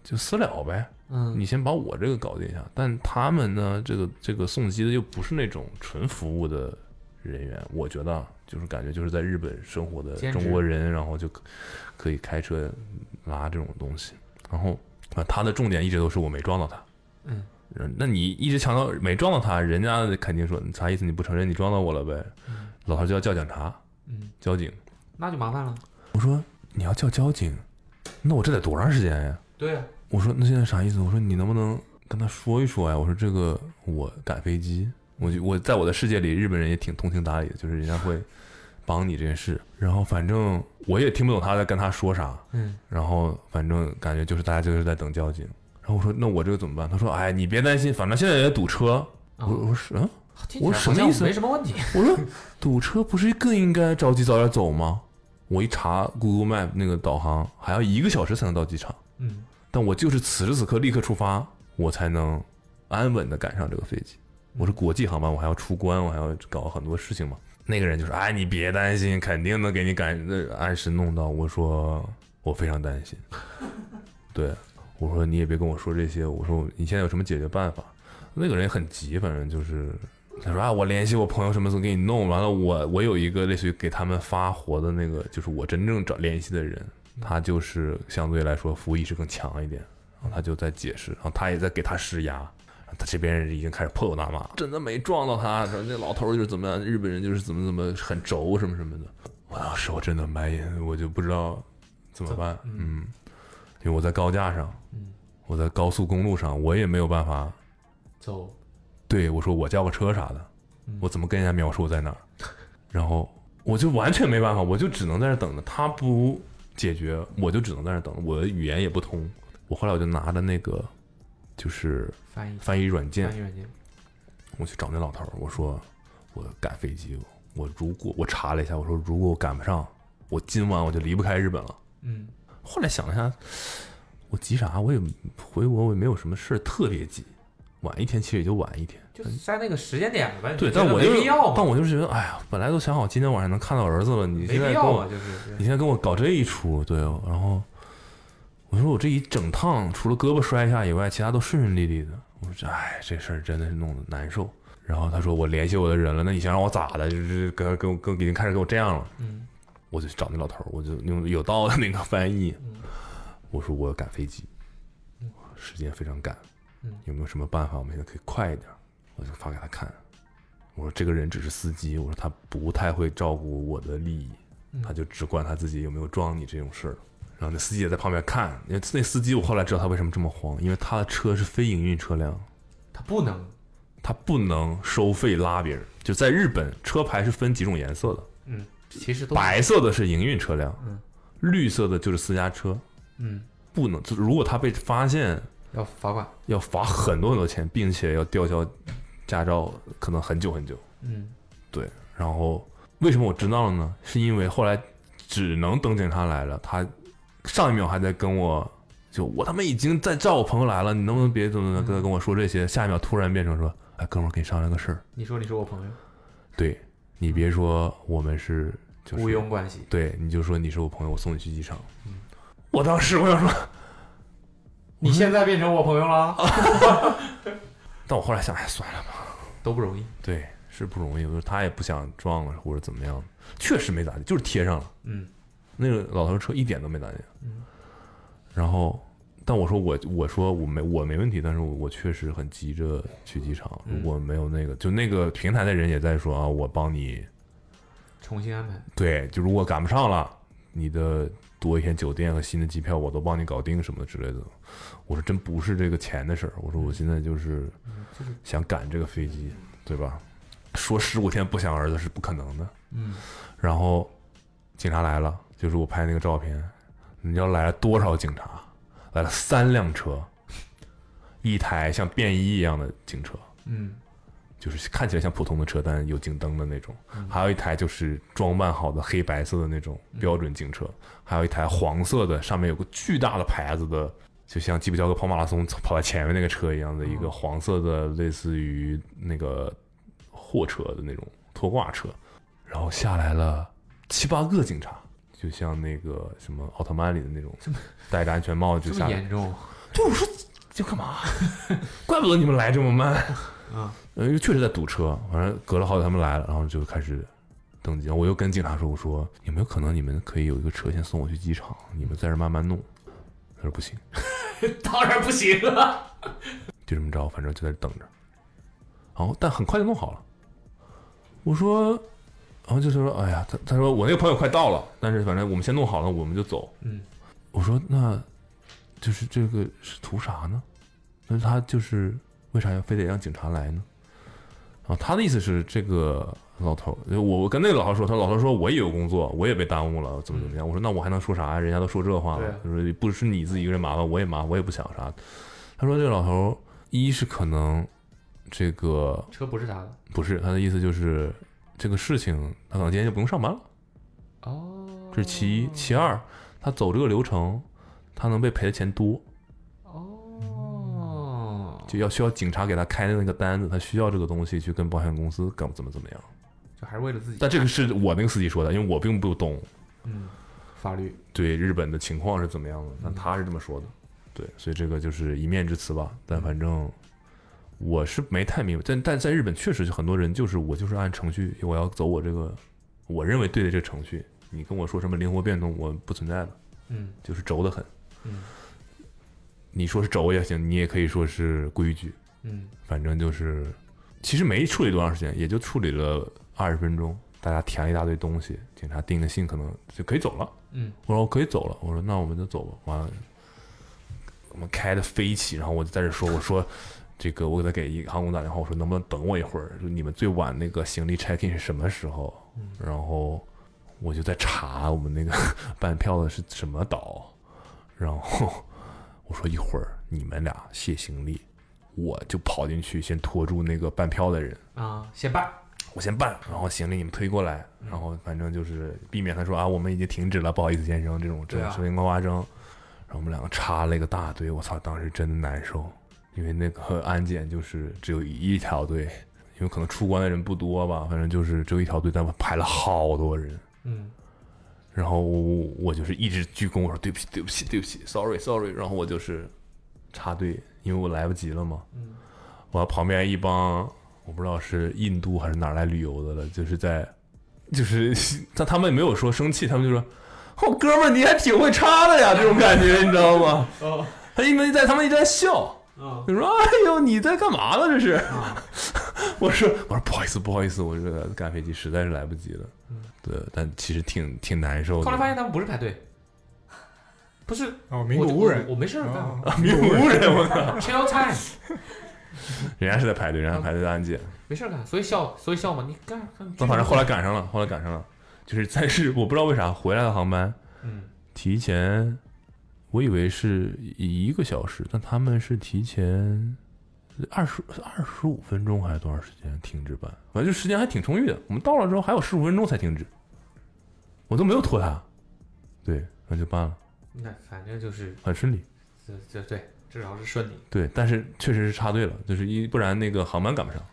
就私了呗，嗯你先把我这个搞定一下。但他们呢，这个这个送机的又不是那种纯服务的人员，我觉得啊就是感觉就是在日本生活的兼职中国人，然后就可可以开车拉这种东西。然后啊，他的重点一直都是我没撞到他。嗯嗯，那你一直强调没撞到他，人家肯定说啥意思？你不承认你撞到我了呗？嗯老头就要叫警察，嗯，交警。那就麻烦了，我说你要叫交警，那我这得多长时间呀？对啊，我说那现在啥意思？我说你能不能跟他说一说呀？我说这个我赶飞机，我就我在我的世界里，日本人也挺通情达理的，就是人家会帮你这件事。然后反正我也听不懂他在跟他说啥，嗯然后反正感觉就是大家就是在等交警。然后我说那我这个怎么办？他说哎你别担心，反正现在也堵车。啊我我说是嗯。听起来我什么好像意思没什么问题，我说堵车不是更应该着急早点走吗？我一查 Google Map 那个导航，还要一个小时才能到机场，嗯但我就是此时此刻立刻出发，我才能安稳的赶上这个飞机。我是国际航班，我还要出关，我还要搞很多事情嘛。那个人就说：“哎，你别担心，肯定能给你赶呃按时弄到。”我说：“我非常担心。 对”我说：“你也别跟我说这些。”我说：“你现在有什么解决办法？”那个人也很急，反正就是他说啊，我联系我朋友什么时候给你弄完了，我我有一个类似于给他们发活的那个，就是我真正找联系的人，他就是相对来说服务意识更强一点，然后他就在解释，然后他也在给他施压。他这边人已经开始破口大骂，真的没撞到他，说那老头儿就是怎么样，日本人就是怎么怎么很轴什么什么的。我当时我真的白眼，我就不知道怎么办，怎么嗯，因为我在高架上，嗯，我在高速公路上，我也没有办法走，对我说我叫个车啥的嗯，我怎么跟人家描述我在哪儿？然后我就完全没办法，我就只能在这儿等着。他不解决，我就只能在这儿等着。我的语言也不通，我后来我就拿着那个就是翻译翻译软件翻译，软件，我去找那老头儿，我说我赶飞机，我如果我查了一下，我说如果我赶不上，我今晚我就离不开日本了。嗯后来想了一下，我急啥？我也回国，我也没有什么事儿特别急，晚一天其实也就晚一天。就在那个时间点了 吧，对，你觉但得我没就是必要，嘛但，我就是觉得，哎呀，本来都想好今天晚上能看到儿子了，你没现必在跟要啊我嘛，，就是你现在跟我搞这一出，对哦。然后我说我这一整趟除了胳膊摔一下以外，其他都顺顺利利的。我说这，哎，这事儿真的是弄得难受。然后他说我联系我的人了，那你想让我咋的？就是跟跟跟已经开始给我这样了。嗯我就去找那老头儿，我就用有道的那个翻译，我说我赶飞机，时间非常赶嗯，有没有什么办法我们现在可以快一点儿？我就发给他看，我说这个人只是司机，我说他不太会照顾我的利益，嗯他就只管他自己有没有撞你这种事儿。然后那司机也在旁边看，因为那司机我后来知道他为什么这么慌，因为他的车是非营运车辆，他不能，他不能收费拉别人。就在日本，车牌是分几种颜色的，嗯，其实都白色的是营运车辆，嗯绿色的就是私家车，嗯，不能。就是如果他被发现，要罚款，要罚很多很多钱，并且要吊销驾照，可能很久很久。嗯对，然后为什么我知道了呢？是因为后来只能等警察来了，他上一秒还在跟我就我他妈已经在叫我朋友来了，你能不能别怎么怎么跟他跟我说这些？下一秒突然变成说，哎，哥们儿，跟你商量个事儿。你说你是我朋友，对你别说我们是就是雇佣关系，对，你就说你是我朋友，我送你去机场。我当时我想说，你现在变成我朋友了，啊但我后来想，哎，算了吧。都不容易，对，是不容易。我说他也不想撞了，或者怎么样，确实没咋地，就是贴上了。嗯那个老头儿车一点都没咋地。嗯然后，但我说我我说我没我没问题，但是我我确实很急着去机场。如嗯果没有那个，就那个平台的人也在说啊，我帮你。重新安排，对，就如果赶不上了，你的多一天酒店和新的机票我都帮你搞定什么之类的。我说真不是这个钱的事儿，我嗯说我现在就是想赶这个飞机，对吧？说十五天不想儿子是不可能的。嗯，然后警察来了，就是我拍那个照片，你知道来了多少警察？来了三辆车，一台像便衣一样的警车，嗯就是看起来像普通的车，但有警灯的那种；嗯还有一台就是装扮好的黑白色的那种标准警车；还有一台黄色的，上面有个巨大的牌子的，就像基普乔格跑马拉松跑在前面那个车一样的一嗯个黄色的，类似于那个货车的那种拖挂车。然后下来了七八个警察，就像那个什么奥特曼里的那种，戴着安全帽就这下么来。严重，对，我说这干嘛？怪不得你们来这么慢啊！呃，因为确实在堵车，反正隔了好久他们来了，然后就开始登记。我又跟警察说，我说有没有可能你们可以有一个车先送我去机场，你们在这儿慢慢弄。他说不行， 当然不行了，就这么着，反正就在这等着。然后但很快就弄好了。我说，然后就是说，哎呀，他他说我那个朋友快到了，但是反正我们先弄好了，我们就走。嗯，我说那，就是这个是图啥呢？那他就是为啥要非得让警察来呢？啊，他的意思是这个老头，我我跟那个老头说，他老头说我也有工作，我也被耽误了，怎么怎么样？我说那我还能说啥呀？人家都说这话嗯对了啊，他说不是你自己一个人麻烦，我也麻烦，我也不想啥。他说这个老头一是可能这个车不是他的，不是他的意思就是这个事情，他可能今天就不用上班了。哦，这是其一，其二，他走这个流程，他能被赔的钱多，哦，就要需要警察给他开的那个单子，他需要这个东西去跟保险公司干怎么怎么样。就还是为了自己，但这个是我那个司机说的，因为我并不懂嗯，法律，对日本的情况是怎么样的，但他是这么说的。对，所以这个就是一面之词吧。但反正我是没太明白，但但在日本确实就很多人就是我就是按程序，我要走我这个我认为对的这个程序，你跟我说什么灵活变动，我不存在的。嗯就是轴的很。嗯，你说是轴也行，你也可以说是规矩，嗯反正就是其实没处理多长时间，也就处理了二十分钟，大家填了一大堆东西，警察定个性可能就可以走了。嗯我说我哦可以走了，我说那我们就走吧。完了，我们开的飞起，然后我就在这说，我说这个我给他给一个航空打电话，我说能不能等我一会儿？就你们最晚那个行李 check in 是什么时候？然后我就在查我们那个 办票的是什么岛，然后 我说一会儿你们俩卸行李，我就跑进去先拖住那个办票的人。啊，先办，我先办，然后行李你们推过来，然嗯后反正就是避免他说啊，我们已经停止了，不好意思，先生这种这对啊种事情发生。然后我们两个插了一个大队，我操，当时真的难受，因为那个 安检就是只有一条队，因为可能出关的人不多吧，反正就是只有一条队，但排了好多人。嗯然后我我就是一直鞠躬，我说对不起，对不起，对不起，sorry sorry。然后我就是插队，因为我来不及了嘛。嗯，我旁边一帮我不知道是印度还是哪儿来旅游的了，就是在 就是他他们没有说生气，他们就说：“哦，哥们儿，你还挺会插的呀！”这种感觉，你知道吗？哦，他因为在他们一直在笑，嗯你说：“哎呦，你在干嘛呢？这是？”哦 我说：“我说不好意思，不好意思，我这个赶飞机实在是来不及了。嗯”对，但其实挺挺难受的。后来发现他们不是排队，不是哦，名我古屋人我，我没事儿干哦嘛啊， 没有无人，我操！ ，chill time，人家是在排队，人家排队的安检。没事儿干，所以笑，所以笑嘛，你干，干那反正后来，赶上了，后来赶上了，就是 但是我不知道为啥回来的航班嗯，提前，我以为是一个小时，但他们是提前二十二十五分钟还是多长时间停止班？反正就时间还挺充裕的。我们到了之后还有十五分钟才停止，我都没有拖他，对，那就办了，那反正就是很顺利。这这对，至少是顺利，对，但是确实是插队了，就是一不然那个航班赶不上。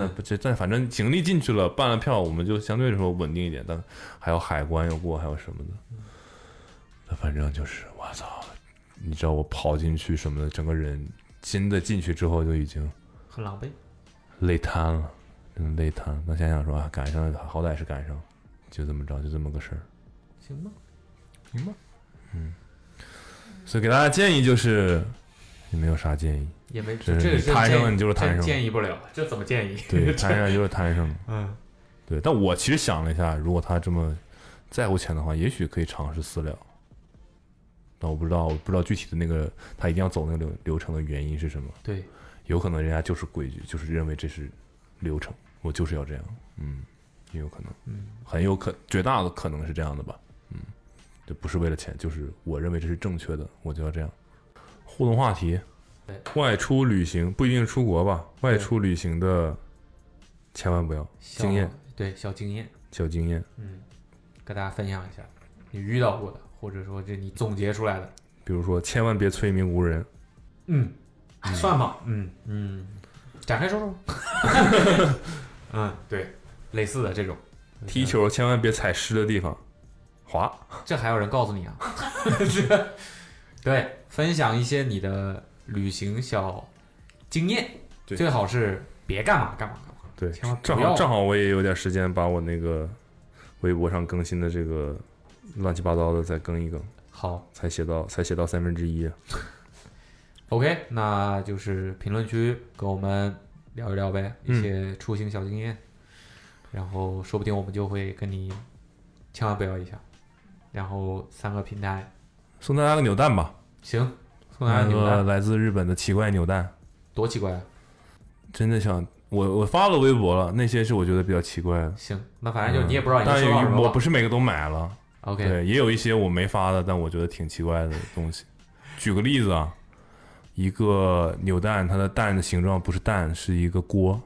嗯呃不这但反正行李进去了，办了票，我们就相对来说稳定一点，但还有海关要过，还有什么的。那反正就是我操，你知道我跑进去什么的，整个人真的进去之后就已经很狼狈，累瘫了，真的累瘫了。那想想说啊，赶上好歹是赶上，就这么着，就这么个事儿。行吧，行吧，所以给大家建议就是，也没有啥建议，也没这这这你摊上了建议你就是摊这上了建议不了，这怎么建议？ 对，摊上就是摊上了。嗯，对，但我其实想了一下，如果他这么在乎钱的话，也许可以尝试私聊。但我不知道，我不知道具体的那个他一定要走那个流流程的原因是什么。对，有可能人家就是规矩，就是认为这是流程，我就是要这样。嗯，也有可能，嗯，很有可绝大的可能是这样的吧。嗯，就不是为了钱，就是我认为这是正确的，我就要这样。互动话题对，外出旅行不一定是出国吧？外对出旅行的千万不要小 经验，对，小经验，小经验。嗯，跟大家分享一下你遇到过的，或者说这你总结出来的，比如说，千万别催眠无人，嗯，算吧，嗯嗯，展开说说， 嗯，对，类似的这种踢，球千万别踩湿的地方，滑。这还有人告诉 你啊？对，分享一些你的旅行小经验，对最好是别干嘛干嘛干嘛，对，千万不正要好正好我也有点时间，把我那个微博上更新的这个乱七八糟的再更一更，好。才写到才写到三分之一。啊 OK，那就是评论区跟我们聊一聊呗，嗯一些出行小经验，然后说不定我们就会跟你千万不要一下。然后三个平台，送大家个扭蛋吧，行，送大家扭那个蛋，来自日本的奇怪扭蛋，多奇怪啊！真的想我我发了微博了，那些是我觉得比较奇怪的。行，那反嗯正就你也不知道你但收到什我么不吧。是每个都买了， OK，对，也有一些我没发的，但我觉得挺奇怪的东西。 举个例子啊，一个扭蛋，它的蛋的形状不是蛋，是一个锅。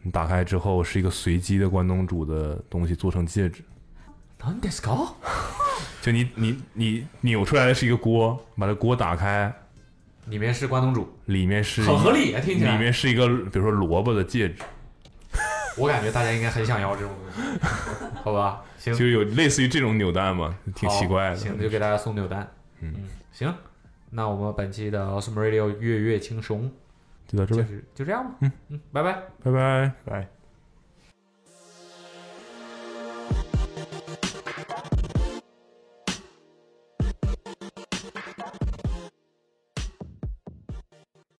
你打开之后是一个随机的关东煮的东西做成戒指，能 d i s c o 就你你你扭出来的是一个锅，把这锅打开，里面是关东煮，里面是很合理啊，听里起来。面是一个比如说萝卜的戒指，我感觉大家应该很想要这种东 西，好吧？行就，是有类似于这种扭蛋嘛，挺好奇怪的。行，就给大家送扭蛋。嗯，行，那我们本期的 Awesome Radio 月月轻松就到这就呗，是就这样吧。嗯嗯，拜拜。拜拜。拜。